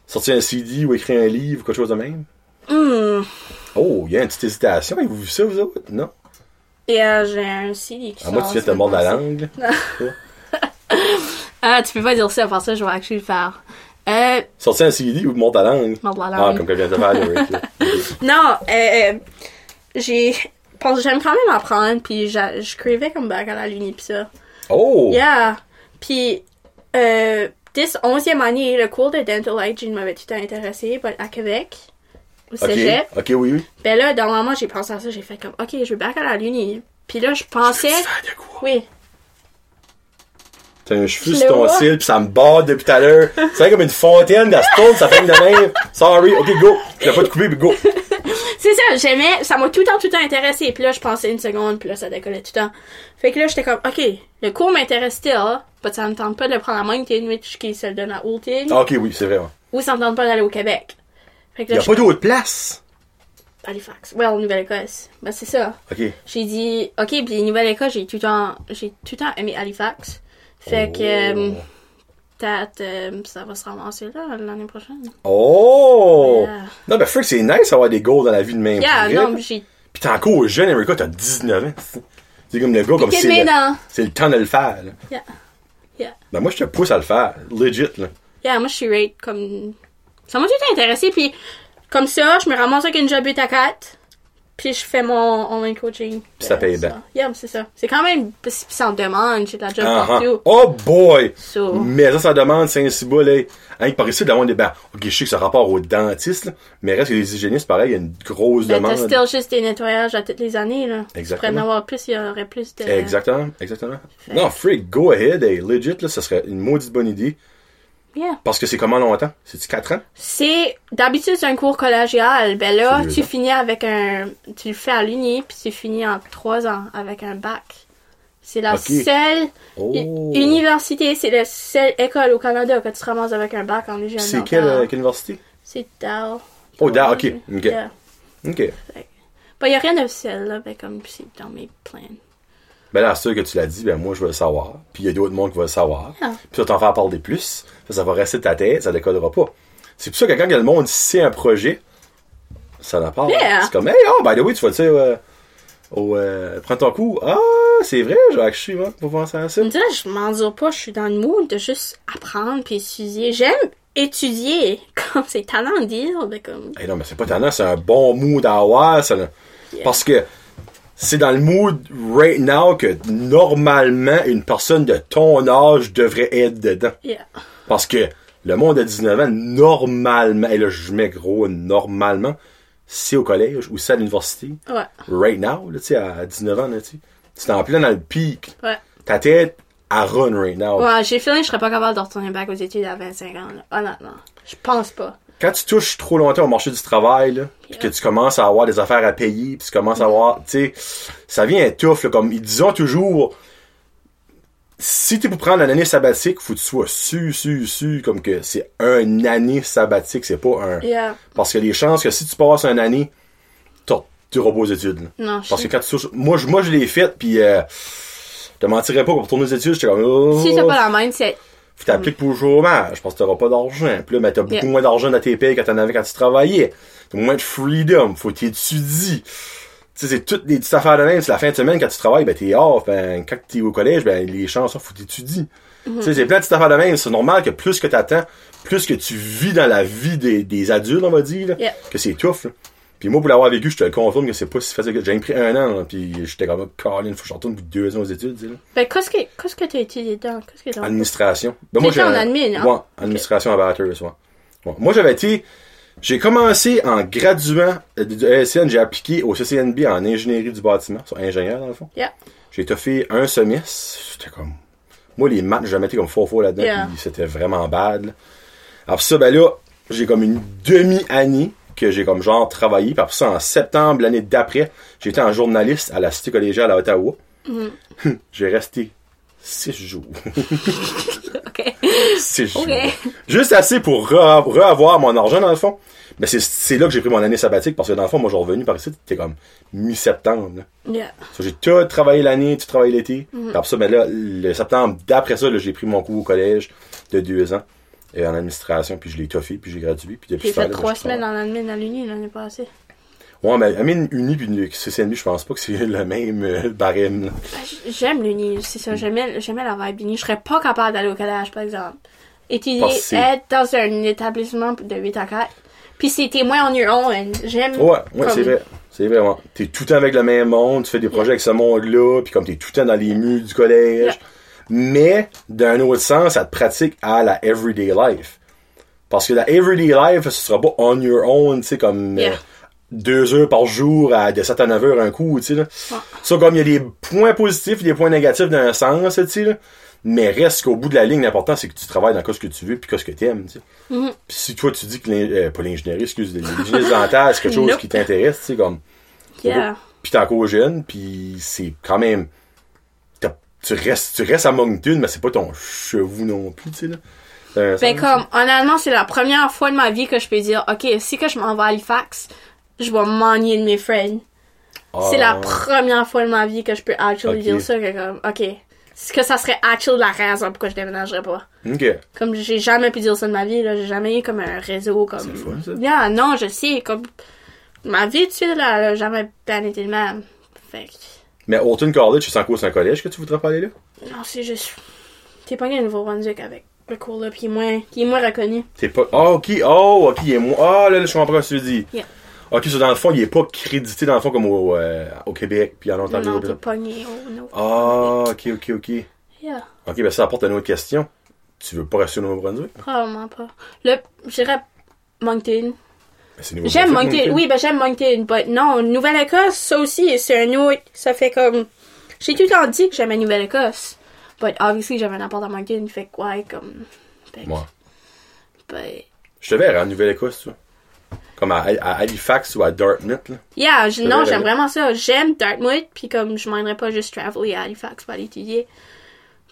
S1: sortir un CD ou écrire un livre ou quelque chose de même?
S2: Hmm.
S1: Oh, y a une petite hésitation, avez-vous vu ça vous autres? Non?
S2: Et euh, j'ai un CD qui
S1: À Ah, moi, tu
S2: sort,
S1: viens de te
S2: ça
S1: mordre la
S2: passe.
S1: langue. là.
S2: Ah, tu peux pas dire ça, parce que je vais actually le faire. Euh,
S1: Sortir un CD ou mordre la langue.
S2: mordre la
S1: Ah,
S2: langue.
S1: comme que je viens de faire, Derek, là.
S2: Non, euh, euh, j'ai... parce que J'aime quand même apprendre, puis j'a- je crevais comme back à la lune, pis ça.
S1: Oh!
S2: Yeah! Puis, euh, 10, 11e année, le cours de dental hygiene m'avait tout le temps intéressé, but à Québec, au
S1: Ok,
S2: cégep.
S1: ok, oui, oui.
S2: Ben là, dans le moment, j'ai pensé à ça, j'ai fait comme, ok, je vais back à la lune. Puis là, je pensais...
S1: Faire de quoi?
S2: Oui,
S1: T'as un cheveu
S2: Je
S1: sur
S2: le
S1: ton
S2: vois.
S1: cil, pis ça me barre depuis tout à l'heure. C'est vrai comme une fontaine, la se tourne, ça fait de même. Sorry, ok, go! Je l'ai pas de couper, puis go!
S2: C'est c'est ça, j'aimais, ça m'a tout le temps, tout le temps intéressé. Puis là, je pensais une seconde, puis là, ça décollait tout le temps. Fait que là, j'étais comme, ok, le cours m'intéresse là, pas ça me tente pas de le prendre à Moncton, qui se le donne à Oulton,
S1: Ah, ok, oui, c'est vrai. ouais.
S2: ou ça me tente pas d'aller au Québec. Fait
S1: Il
S2: que là,
S1: n'y a
S2: je
S1: pas d'autre place.
S2: Halifax, well, Nouvelle-Écosse. Ben, c'est ça.
S1: Ok.
S2: J'ai dit, ok, puis Nouvelle-Écosse, j'ai tout le temps, j'ai tout le temps aimé Halifax. Fait que, euh,
S1: Oh.
S2: peut-être, euh, ça va se ramasser là, l'année prochaine.
S1: Oh!
S2: Yeah.
S1: Non, ben, Frick, c'est nice d'avoir des goals dans la vie de même.
S2: Ah. Yeah,
S1: prix,
S2: non,
S1: là.
S2: mais j'ai
S1: Puis t'es encore jeune, America, t'as 19 ans. C'est comme le gars, comme
S2: piqué
S1: c'est
S2: le nez
S1: le,
S2: dans.
S1: c'est le temps de le faire. là.
S2: Yeah. Yeah.
S1: Ben, moi, je te pousse à le faire. Legit, là.
S2: Yeah, moi, je suis rate comme. Ça m'a tout intéressé, puis comme ça, je me ramasse avec une job 8 à 4, puis je fais mon online coaching.
S1: Puis ça
S2: Euh,
S1: paye bien.
S2: Yeah, mais c'est ça. C'est quand même. Puis ça en demande, j'ai de la job
S1: Ah, ah.
S2: partout.
S1: Oh boy!
S2: So.
S1: Mais ça, ça demande Saint-Cyba, là. Hein, par ici, d'avoir des. Ben, ok, je sais que ça a rapport aux dentistes, là, mais reste que les hygiénistes, pareil, il y a une grosse
S2: Ben, t'as
S1: demande.
S2: still juste des nettoyages à toutes les années, là. Tu pourrais en
S1: Exactement.
S2: avoir plus, il y aurait plus de.
S1: Exactement, exactement. Non, freak, go ahead, hey, legit, là, ça serait une maudite bonne idée.
S2: Yeah.
S1: Parce que c'est comment longtemps? C'est-tu 4 ans?
S2: C'est. D'habitude, c'est un cours collégial. Ben là,
S1: Celui-là.
S2: tu finis avec un. Tu le fais à l'uni, puis tu finis en 3 ans avec un bac. C'est la
S1: Ok.
S2: seule.
S1: Oh!
S2: U- Université, c'est la seule école au Canada que tu te ramasses avec un bac en hygiène
S1: C'est
S2: dentaire.
S1: quelle, euh, quelle université?
S2: C'est Dow.
S1: Oh, Dow, ok, ok.
S2: Yeah.
S1: Ok.
S2: Bah, y a rien d'officiel, là, mais comme c'est dans mes plans.
S1: Ben là, c'est sûr que tu l'as dit, ben moi, je veux le savoir. Puis il y a d'autres mondes qui veulent le savoir.
S2: Ah.
S1: Puis ça t'en faire parler plus. Ça, ça va rester de ta tête, ça décollera pas. C'est pour ça que quand le monde sait un projet, ça la part.
S2: Yeah.
S1: C'est comme, hey, ah, by the way, tu vas le dire euh, au. euh, prends ton coup. Ah, c'est vrai, Jacques, je suis, hein, pour penser à ça.
S2: On dirait, je m'endure pas, je suis dans le mood de juste apprendre puis étudier. J'aime étudier, comme c'est talent de dire, mais comme.
S1: Hey, Eh non, mais c'est pas tannant, c'est un bon mood à avoir, ça. là. Parce que c'est dans le mood right now que normalement, une personne de ton âge devrait être dedans.
S2: Yeah.
S1: Parce que le monde de 19 ans, normalement, et là je mets gros normalement, c'est au collège ou c'est à l'université,
S2: Ouais,
S1: right now, là, tu sais, à 19 ans, là, tu sais. C'est en plein dans le pic.
S2: ouais.
S1: Ta tête, elle run right now.
S2: Ouais, j'ai fini, je serais pas capable de retourner back aux études à 25 ans, là. Honnêtement. Je pense pas.
S1: Quand tu touches trop longtemps au marché du travail, là, puis que tu commences à avoir des affaires à payer, puis tu commences à avoir, tu sais, ça vient tough, là, comme ils disent toujours, si t'es pour prendre une année sabbatique, faut que tu sois su, su, su, comme que c'est un année sabbatique, c'est pas un...
S2: Yeah.
S1: Parce que les chances que si tu passes une année, t'as- tu reposes aux études. là.
S2: Non, je
S1: Parce que
S2: sais.
S1: quand tu touches- Moi, je, moi, je l'ai faite, puis euh, je te mentirais pas pour retourner aux études, j'étais comme. Oh,
S2: Si t'as pas la mindset,
S1: Faut t'appliquer pour le chômage, parce que t'auras pas d'argent. Puis là, mais t'as beaucoup
S2: Mm. Yeah.
S1: moins d'argent dans tes payes que t'en avais quand tu travaillais. T'as moins de freedom, faut t'étudier. Tu sais, c'est toutes des petites affaires de même. C'est la fin de semaine, quand tu travailles, ben t'es off. Ben, quand t'es au collège, ben les chances, faut t'étudier.
S2: Mm-hmm.
S1: Tu sais, c'est plein de petites affaires de même. C'est normal que plus que t'attends, plus que tu vis dans la vie des, des adultes, on va dire, là,
S2: Yeah.
S1: que c'est tough. là. Puis moi, pour l'avoir vécu, je te le confirme que c'est pas si facile que... J'ai pris un an, là, puis j'étais comme, Colin, faut que je retourne pour deux ans aux études, tu sais, là.
S2: ben, qu'est-ce que, qu'est-ce que t'as étudié dedans? Qu'est-ce que t'as.
S1: Administration. Ben,
S2: T'étais en admin, hein?
S1: Ouais, administration à Bathurst, ouais. Ouais. Moi, j'avais été... J'ai commencé en graduant euh, du ASN, j'ai appliqué au CCNB en ingénierie du bâtiment, sur ingénieur dans le fond.
S2: Yeah.
S1: J'ai toffé un semestre, c'était comme... Moi, les maths, j'ai jamais été comme faux faux là-dedans,
S2: Yeah.
S1: puis c'était vraiment bad. là. Après ça, ben là, j'ai comme une demi-année que j'ai comme genre travaillé, puis après ça, en septembre, l'année d'après, j'étais en journaliste à la Cité collégiale à Ottawa.
S2: Mm-hmm.
S1: j'ai resté six jours.
S2: Ok.
S1: C'est
S2: Ok.
S1: juste- juste assez pour re- reavoir mon argent dans le fond. Mais c'est- c'est là que j'ai pris mon année sabbatique parce que dans le fond, moi, je suis revenu par ici, c'était comme mi-septembre. là.
S2: Yeah.
S1: So, J'ai tout travaillé l'année, tout travaillé l'été.
S2: Mhm.
S1: Puis Après ça, ben là, le septembre d'après ça, là, j'ai pris mon cours au collège de deux ans euh, en administration, puis je l'ai toffé, puis j'ai gradué. Puis depuis ce
S2: J'ai
S1: temps-là,
S2: fait
S1: ben,
S2: trois
S1: je
S2: semaines en admin à l'Uni l'année passée.
S1: travaille. Ouais, mais Amine Uni puis une CCNB, je pense pas que c'est le même euh, barème. là.
S2: J'aime l'Uni, c'est ça. J'aimais, j'aimais la vibe uni. Je serais pas capable d'aller au collège, par exemple. Étudier,
S1: Parce que c'est-
S2: être dans un établissement de 8 à 4. Puis c'est témoin en your own. J'aime.
S1: Ouais, ouais,
S2: comme-
S1: c'est vrai. C'est vrai, ouais. T'es tout le temps avec le même monde, tu fais des projets avec ce monde-là, puis comme t'es tout le temps dans les murs du collège.
S2: Yeah.
S1: Mais, d'un autre sens, ça te pratique à la everyday life. Parce que la everyday life, ce sera pas on your own, tu sais, comme
S2: Yeah.
S1: euh, deux heures par jour à de 7 à 9 heures un coup, tu sais. là. Ça, comme il y a des points positifs et des points négatifs d'un sens, tu sais, là. Mais reste qu'au bout de la ligne, l'important, c'est que tu travailles dans quoi ce que tu veux puis ce que tu aimes. tu sais.
S2: Mhm.
S1: Puis si toi, tu dis que l'in- euh, pas l'ingénierie, excuse, l'ingénierie dentaire, c'est quelque chose
S2: Nope.
S1: qui t'intéresse, tu sais, comme.
S2: Yeah.
S1: Puis t'es encore jeune, puis c'est quand même. t'as- Tu restes, tu restes à Moncton, mais c'est pas ton chevou non plus, tu sais, là. Euh,
S2: Ben
S1: ça-
S2: comme, honnêtement, c'est la première fois de ma vie que je peux dire, OK, si que je m'en vais à Halifax, je vais m'ennuyer de mes friends.
S1: Ah,
S2: C'est la première fois de ma vie que je peux actually
S1: Ok.
S2: dire ça, que comme, OK, c'est que ça serait actually la raison pourquoi je déménagerais pas.
S1: Ok.
S2: Comme, j'ai jamais pu dire ça de ma vie, là, j'ai jamais eu comme un réseau, comme...
S1: C'est le fun, ça.
S2: Yeah, non, je sais, comme, ma vie, tu sais, là, elle a jamais bien été le même. Fait que,
S1: Mais Alton College, c'est en cours, c'est un collège que tu voudrais pas aller là?
S2: non, c'est juste... T'es pas gagné le Nouveau-Brunswick avec le cours-là, qui est moins, qui est moins reconnu.
S1: T'es pas. Ah, ok. Oh, ok. Il est moins. Ah, là, là, je comprends ce que tu dis.
S2: Yeah.
S1: Ok, ça, dans le fond, il est pas crédité, dans le fond, comme au, euh, au Québec, puis en
S2: Non,
S1: Ontario.
S2: non,
S1: puis
S2: t'es
S1: là.
S2: pas gagné au nouveau
S1: Ah, ok, ok, ok.
S2: Yeah.
S1: Ok, ben ça apporte à une autre question. Tu veux pas rester au Nouveau-Brunswick? Ben,
S2: Probablement pas. Le, je dirais Moncton.
S1: Ben, c'est Nouveau-Brunswick,
S2: J'aime Moncton. Oui, ben j'aime Moncton. but non, Nouvelle-Écosse, ça aussi, c'est un autre. Ça fait comme. J'ai tout le temps dit que j'aimais Nouvelle-Écosse. But obviously, j'avais un appart à Moncton. Fait que, ouais, comme. Fait que,
S1: Moi.
S2: but-
S1: Je te verrais en Nouvelle-Écosse, tu vois. Comme à, à Halifax ou à Dartmouth, là.
S2: Yeah, je-
S1: Ça
S2: non,
S1: va,
S2: j'aime
S1: là.
S2: vraiment ça. J'aime Dartmouth. Puis comme, je m'aimerais pas juste traveler à Halifax pour aller étudier.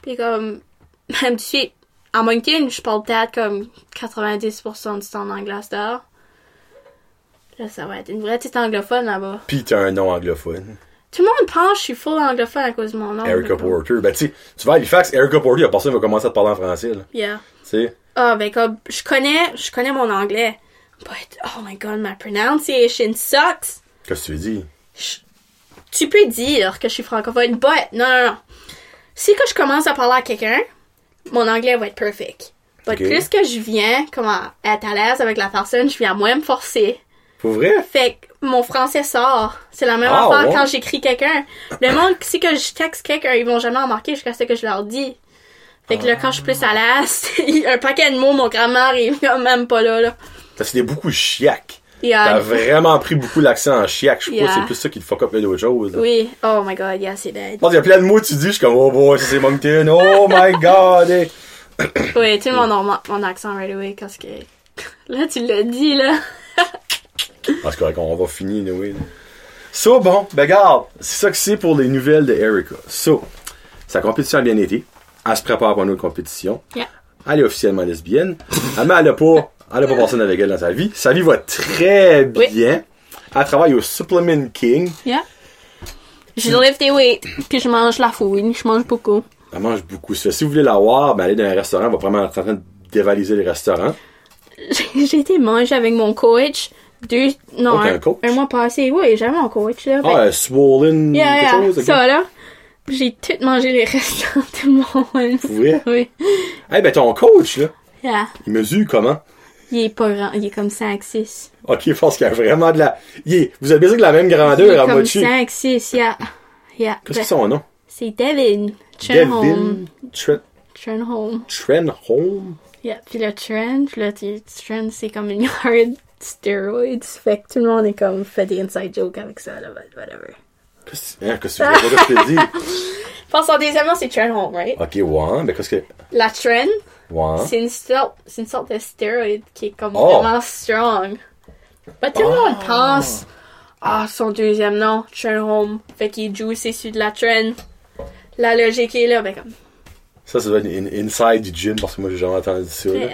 S2: Puis comme. Même tout de suite, à Moncton, je parle peut-être comme 90% du temps en anglais à cette heure. Là, ça va être une vraie petite anglophone là-bas.
S1: Pis t'as un nom anglophone.
S2: Tout le monde pense que je suis full anglophone à cause de mon nom.
S1: Erica
S2: mais bon.
S1: Porter. Ben, tu sais, tu vas à Halifax, Erica Porter, à part ça, il va commencer à te parler en français, là.
S2: Yeah.
S1: Tu sais.
S2: Ah, ben comme, je connais, je connais mon anglais. But, oh my god, my pronunciation sucks.
S1: Qu'est-ce que tu veux dire?
S2: Je- Tu peux dire que je suis francophone, but, non, non, non. Si que je commence à parler à quelqu'un, mon anglais va être perfect. But
S1: Ok.
S2: plus que je viens, comment, être à l'aise avec la personne, je viens à moins me forcer.
S1: Pour vrai?
S2: Fait que mon français sort. C'est la même
S1: Ah,
S2: affaire
S1: ouais.
S2: quand j'écris quelqu'un. Le monde, si que je texte quelqu'un, ils vont jamais remarquer jusqu'à ce que je leur dis. Fait que là, quand je suis plus à l'aise, il y a un paquet de mots, mon grammaire est même pas là, euh, là.
S1: Parce qu'il y a beaucoup de chiac. T'as
S2: Yeah.
S1: vraiment pris beaucoup l'accent en chiac. Je crois que c'est
S2: Ah. Yeah.
S1: plus ça qui te fuck up que d'autres choses. là.
S2: Oui. Oh my god, yeah, c'est bad.
S1: Je pense qu'il y a plein de mots que tu dis, je suis comme, oh boy, ça c'est Moncton, oh my god, hey.
S2: Oui, tout le monde remarque mon accent right away parce que... Là, tu l'as dit, là.
S1: Parce qu'on on va finir, anyway. là. So, bon, ben garde, c'est ça que c'est pour les nouvelles de Erika. So, sa compétition a bien été. Elle se prépare pour une autre compétition.
S2: Yeah.
S1: Elle est officiellement lesbienne. Ah, Mais elle n'a pas, elle a pas personne avec elle dans sa vie. Sa vie va très bien.
S2: Oui.
S1: Elle travaille au Supplement King.
S2: Yeah. Je lève des weights, puis je mange la fouine, je mange beaucoup.
S1: Elle mange beaucoup. Ça fait, si vous voulez la voir, ben allez dans un restaurant, elle va vraiment être en train de dévaliser les restaurants.
S2: J'ai j'ai été manger avec mon coach deux, non,
S1: Oh, t'as
S2: un,
S1: un coach?
S2: un mois passé. Oui, j'avais mon coach, là.
S1: Ah,
S2: Fait-
S1: euh, swollen,
S2: yeah,
S1: quelque
S2: yeah,
S1: chose. ok.
S2: ça, là. J'ai tout mangé les restants de mon
S1: Pour vrai?
S2: Oui.
S1: Eh ben ton coach, là,
S2: Yeah.
S1: il mesure comment?
S2: Il est pas grand, il est comme 5-6.
S1: Ok, je pense qu'il y a vraiment de la. Il est- Vous avez besoin de la même
S2: Il est
S1: grandeur à
S2: comme
S1: moitié.
S2: 5-6, yeah. Yeah.
S1: Qu'est-ce que
S2: Ben,
S1: c'est son nom?
S2: C'est Devin. Trenholm.
S1: Devin Tre-
S2: Trenholm.
S1: Trenholm.
S2: Yeah. Puis le Trend, là, tu- Trend, c'est comme une yard stéroïde. Fait que tout le monde est comme, fait des inside jokes avec ça, là, but whatever.
S1: Qu'est-ce que hein, qu'est-ce que tu veux pas que je te dis?
S2: Pense en deuxième nom, c'est Trenholm, right?
S1: Ok, ouais, mais qu'est-ce que.
S2: La Trend.
S1: Ouais.
S2: C'est une, sorte, c'est une sorte de stéroïde qui est comme
S1: Hein? Oh.
S2: vraiment strong. Mais tout le monde pense, ah, son deuxième nom, Trenholm, fait qu'il joue, c'est celui de la Trend. La logique est là, ben comme,
S1: Ça, ça doit être une- une inside du gym parce que moi, j'ai jamais entendu ça. là.
S2: yeah.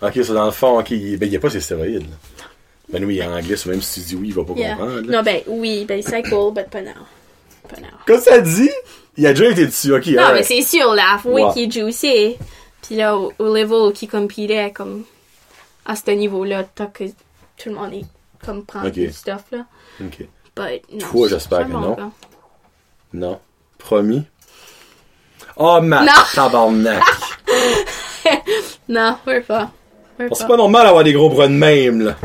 S1: Ok, ça, dans le fond, ok, il... ben, il n'y a pas ses stéroïdes. là. Ben oui, en anglais, même si tu dis oui, il va pas
S2: yeah.
S1: comprendre. là.
S2: Non, ben oui, ben c'est cool, but pas now. Pas now.
S1: Comme ça dit, il a déjà été dessus, ok.
S2: Non,
S1: alright.
S2: mais c'est sûr, la oui,
S1: Ouais.
S2: qui est juicy. Puis là, au, au level qui compitait, comme, à ce niveau-là, tant que tout le monde est, comme, prend
S1: Ok.
S2: du stuff, là.
S1: Ok.
S2: But, non.
S1: Toi, j'espère
S2: ça
S1: que
S2: manque,
S1: non.
S2: là.
S1: Non. Promis. Oh, ma
S2: Non.
S1: tabarnak!
S2: Non, we're pas. We're
S1: Bon, c'est pas normal d'avoir des gros bras de même, là.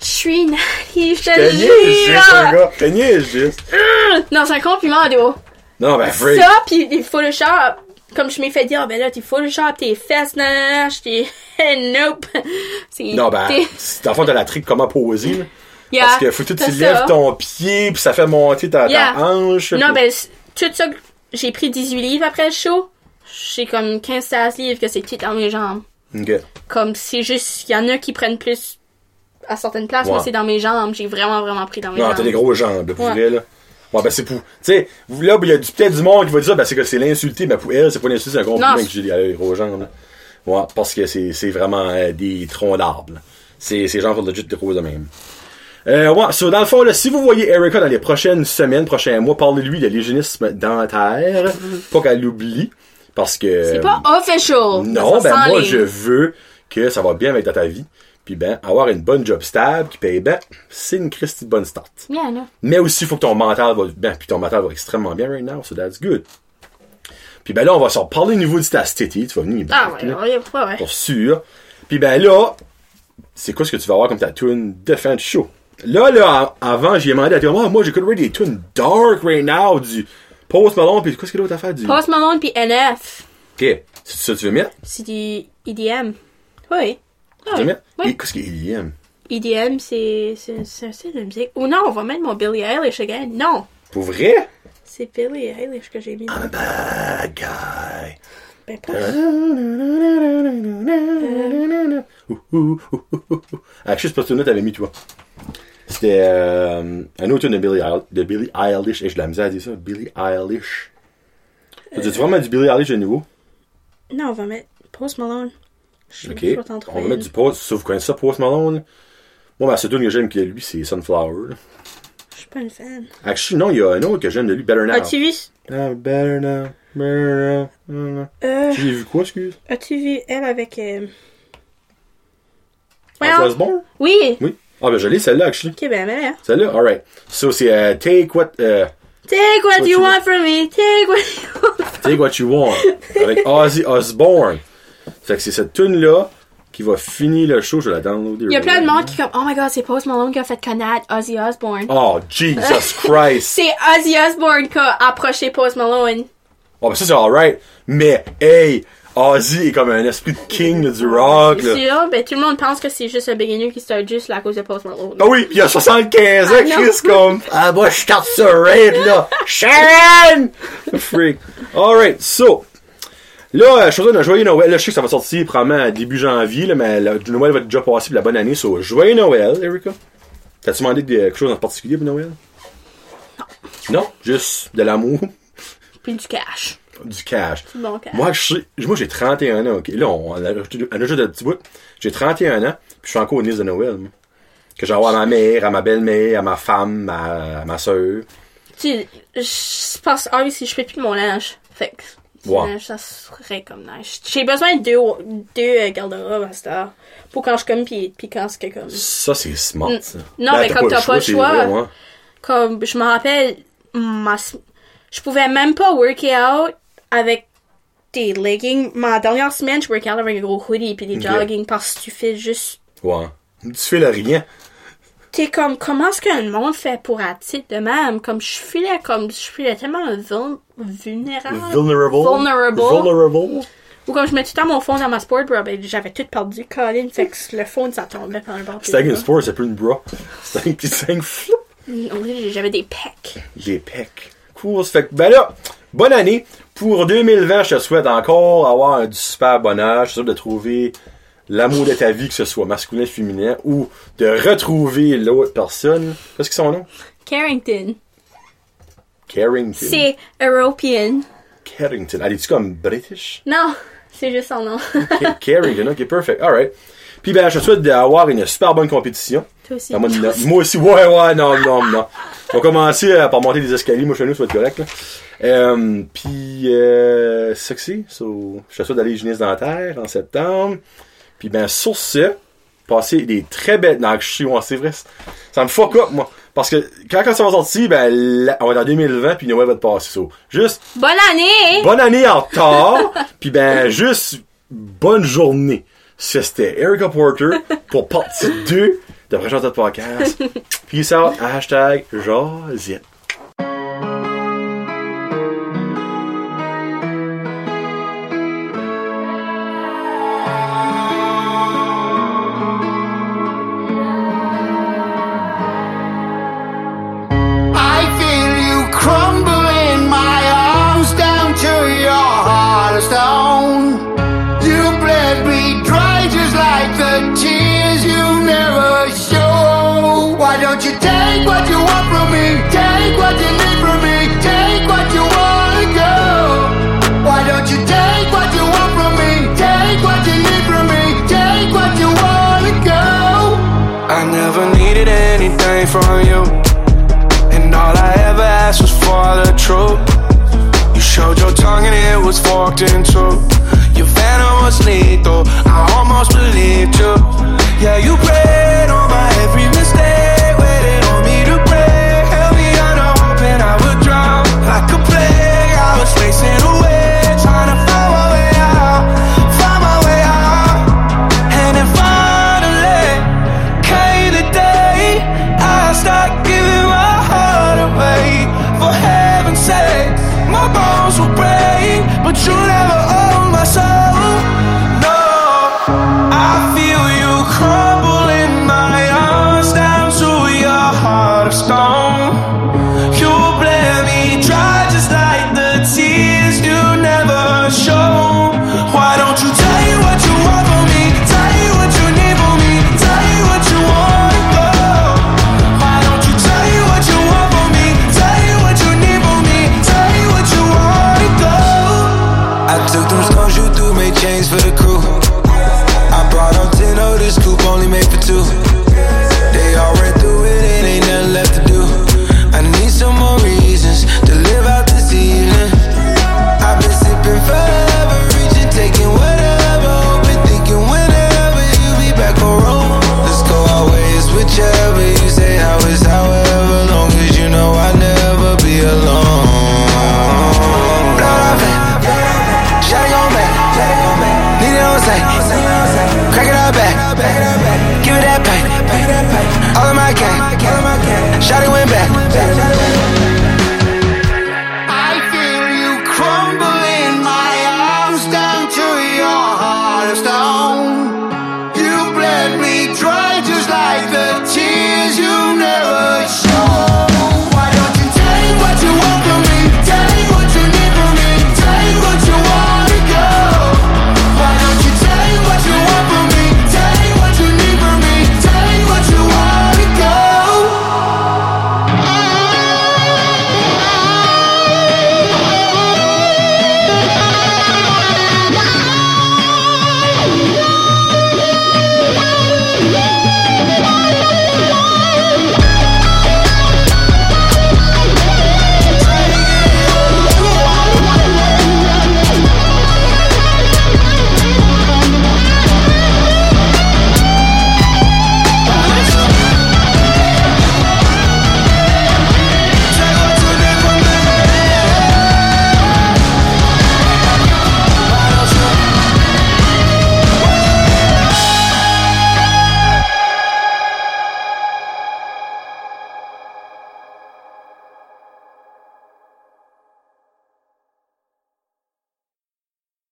S2: Je suis naïve, je
S1: T'as niaise, juste, mon
S2: le jure!
S1: gars. T'as niaise, juste.
S2: Non, c'est un compliment, Ado.
S1: Non, ben, Free.
S2: Ça, pis les Photoshop, comme je m'ai fait dire, Ah, ben là, t'es Photoshop, tes fesses, nan, nan, nan, je t'ai... nope. C'est...
S1: Non, ben,
S2: t'es-
S1: c'est- dans le fond, t'as la trick comment poser, là.
S2: Yeah,
S1: Parce que faut que tu
S2: t'as
S1: tu lèves
S2: ça.
S1: ton pied, puis ça fait monter ta, ta
S2: Yeah.
S1: hanche.
S2: Non,
S1: puis-
S2: ben, c'est- tout ça, j'ai pris 18 livres après le show. j'ai comme 15-16 livres que c'est petit dans mes jambes.
S1: Ok.
S2: Comme c'est juste, il y en a qui prennent plus à certaines places,
S1: Ouais.
S2: mais c'est dans mes jambes. J'ai vraiment, vraiment pris dans mes
S1: Non, t'as
S2: jambes.
S1: des grosses jambes, là, pour
S2: Ouais.
S1: vrai, là. Ouais, ben c'est pour. Tu sais, vous- là, il y a du- peut-être du monde qui va dire ça, ben c'est que c'est l'insulté, mais pour elle, c'est pas l'insulté, c'est un compliment
S2: Non,
S1: que j'ai dit, elle a des grosses jambes. là. Ouais, parce que c'est c'est vraiment euh, des troncs d'arbres. là. C'est ces gens font legit des roses de même. Euh, ouais, so, dans le fond, là, si vous voyez Erika dans les prochaines semaines, prochains mois, parlez-lui de l'hygiénisme dentaire. pas qu'elle l'oublie. Parce que. euh,
S2: C'est pas official.
S1: Non,
S2: Ça sent
S1: ben moi,
S2: les-
S1: je veux que ça va bien avec dans ta vie. Puis ben, avoir une bonne job stable qui paye bien, c'est une Christie de bonne start.
S2: Yeah, là.
S1: Mais aussi, il faut que ton mental va bien. Puis ton mental va extrêmement bien right now, so that's good. Puis ben là, on va s'en parler au niveau de ta stétie. Tu vas venir
S2: Ah
S1: back,
S2: ouais,
S1: là,
S2: ouais, ouais, ouais.
S1: pour sûr. Puis ben là, c'est quoi ce que tu vas avoir comme ta tune de fin de show? Là, là, a- avant, j'ai demandé à toi, moi, j'écouterais des tunes dark right now, du Post Malone, puis qu'est-ce que l'autre affaire du...
S2: Post Malone puis NF.
S1: Ok, c'est ça que tu veux mettre?
S2: C'est E du EDM. Oui.
S1: Tu veux mettre?
S2: Ah Ouais.
S1: Et qu'est-ce qu'il aime?
S2: EDM, c'est c'est- c'est un style de musique. Oh non, on va mettre mon Billie Eilish again. Non,
S1: Pour vrai?
S2: c'est Billie Eilish que j'ai mis.
S1: I'm a bad guy.
S2: Ben, pas-
S1: euh. Ouh, ouh, ouh, ouh, ouh. Ah, je sais pas si tu t'avais mis, toi. C'était euh, un autre tune de Billy, de Billie Eilish. Et je la misère à dire ça. Billy Eilish. Tu dis vraiment du Billy Eilish de nouveau?
S2: Non, on va mettre Post Malone. Je
S1: Ok.
S2: je vais t'en
S1: On
S2: trouver
S1: va mettre
S2: une.
S1: du post. Sauf vous connaissez ça, Post Malone? Moi, ma seule tune que j'aime que lui, c'est Sunflower. là.
S2: Je suis pas une fan.
S1: Actually, non, il y a un autre que j'aime de lui, Better Now.
S2: As-tu vu,
S1: Ah, better now. Better now. Mm.
S2: euh,
S1: J'ai vu quoi, excuse?
S2: as-tu vu elle avec. Euh...
S1: Ah,
S2: Well,
S1: c'est bon?
S2: oui.
S1: Oui. Ah, ben, je l'ai, celle-là, actually.
S2: Ok, ben, ben, hein.
S1: Celle-là, alright. So, c'est euh, Take What. euh,
S2: Take what,
S1: What
S2: you
S1: you
S2: want from me. Take what you want.
S1: Take What You Want avec Ozzy Osbourne. Fait que c'est cette tune là qui va finir le show. Je vais la downloader.
S2: Il y a plein de monde qui, comme, oh my god, c'est Post Malone qui a fait connaître Ozzy Osbourne.
S1: Oh, Jesus Christ!
S2: C'est Ozzy Osbourne qui a approché Post Malone.
S1: Oh, ben ça, c'est alright. Mais, hey, Ozzy est comme un esprit de king là, du rock.
S2: C'est
S1: Là.
S2: sûr, ben, tout le monde pense que c'est juste un beginner qui start juste à cause de Post Malone.
S1: Ah oui, il y a 75 ans,
S2: Ah, non.
S1: Chris, comme. Ah, bah, je tape ce raid, là. Sharon! Freak. Alright, so. Là, euh, je suis un joyeux Noël. Là, je sais que ça va sortir probablement début janvier, là, mais le Noël va être déjà passé pour la bonne année. So, joyeux Noël, Erika. T'as-tu demandé de- quelque chose en particulier pour Noël? Non. Non? Juste de l'amour,
S2: Puis du cash.
S1: du cash.
S2: Bon cash.
S1: Moi, je sais- moi, j'ai 31 ans, ok. Là, on, on a rajouté- on a juste un petit bout. J'ai 31 ans, puis je suis encore au nice de Noël, moi. Que j'envoie à ma mère, à ma belle-mère, à ma femme, à, à ma soeur.
S2: Tu, je pense, ah oui, si je fais plus mon linge. Fait que, du
S1: Ouais.
S2: linge, ça serait comme nice. J'ai besoin de deux, deux euh, garde-robes à cette heure. Pour quand je comme, pis, pis quand c'est que comme.
S1: Ça, c'est smart,
S2: Mm.
S1: ça.
S2: Non, mais comme t'as pas le
S1: c'est
S2: choix.
S1: vrai, ouais.
S2: Comme, je me rappelle, ma, s- je pouvais même pas worker out avec des leggings. Ma dernière semaine, je workais out avec un gros hoodie pis des
S1: Ok.
S2: joggings parce que tu fais juste
S1: Ouais. Tu fais le rien.
S2: T'es comme, comment est-ce que le monde fait pour attirer de même? Comme, je filais comme, je filais tellement vul- vulnérable.
S1: Vulnerable.
S2: Ah, Vulnerable.
S1: Vulnerable.
S2: Ou comme, je mets tout le temps mon fond dans ma sport bra, ben, j'avais tout perdu, Colin, fait que le fond, ça tombait par un bord.
S1: C'est avec une sport, c'est plus une bra. C'est un petit 5 flou.
S2: On dirait que J'avais des pecs.
S1: Des pecs. Cool. Ça Fait que, ben là, bonne année. Pour 2020, je te souhaite encore avoir un- du super bonheur. Je suis sûr de trouver l'amour de ta vie, que ce soit masculin, féminin, ou de retrouver l'autre personne. Qu'est-ce que son nom?
S2: Carrington.
S1: Carrington.
S2: C'est European.
S1: Carrington. Elle est-tu comme British?
S2: Non, c'est juste son nom.
S1: Ca- Carrington, ok, perfect. Alright. Puis ben, je te souhaite d'avoir une super bonne compétition.
S2: Toi aussi.
S1: Ah, moi, non. Moi aussi, ouais, ouais, non, non, non. On va commencer euh, par monter des escaliers, moi chez nous, ça va être correct. Là. Euh, puis, euh, sexy, so, je te souhaite d'aller hygiéniste dentaire en septembre. Puis, ben, sur ce, passer des très belles. Non, je suis, ouais, c'est vrai. Ça me fuck up, moi. Parce que quand, quand ça va sortir, ben, là, on va être en 2020, puis Noël va te passer. So. Juste,
S2: Bonne année!
S1: bonne année en retard, puis ben, juste, bonne journée. Ça, C'était Erica Porter pour partie 2 de Prochain Temps de Podcast. Peace out, hashtag Josette.
S3: I feel you crumble in my arms down to your heart. Stop. from you. And all I ever asked was for the truth. You showed your tongue and it was forked in two. Your venom was lethal. I almost believed you. Yeah, you prayed on my every mistake. Waited on me to break. Held me under hoping I would drown. Like a plague, I was racing away. Trying to find my way out. Find my way out. And then finally came the day I stopped giving my heart away. For heaven's sake, my bones will break, but you never own my soul. No, I feel you crumble in my arms down to your heart of stone. You bled me dry.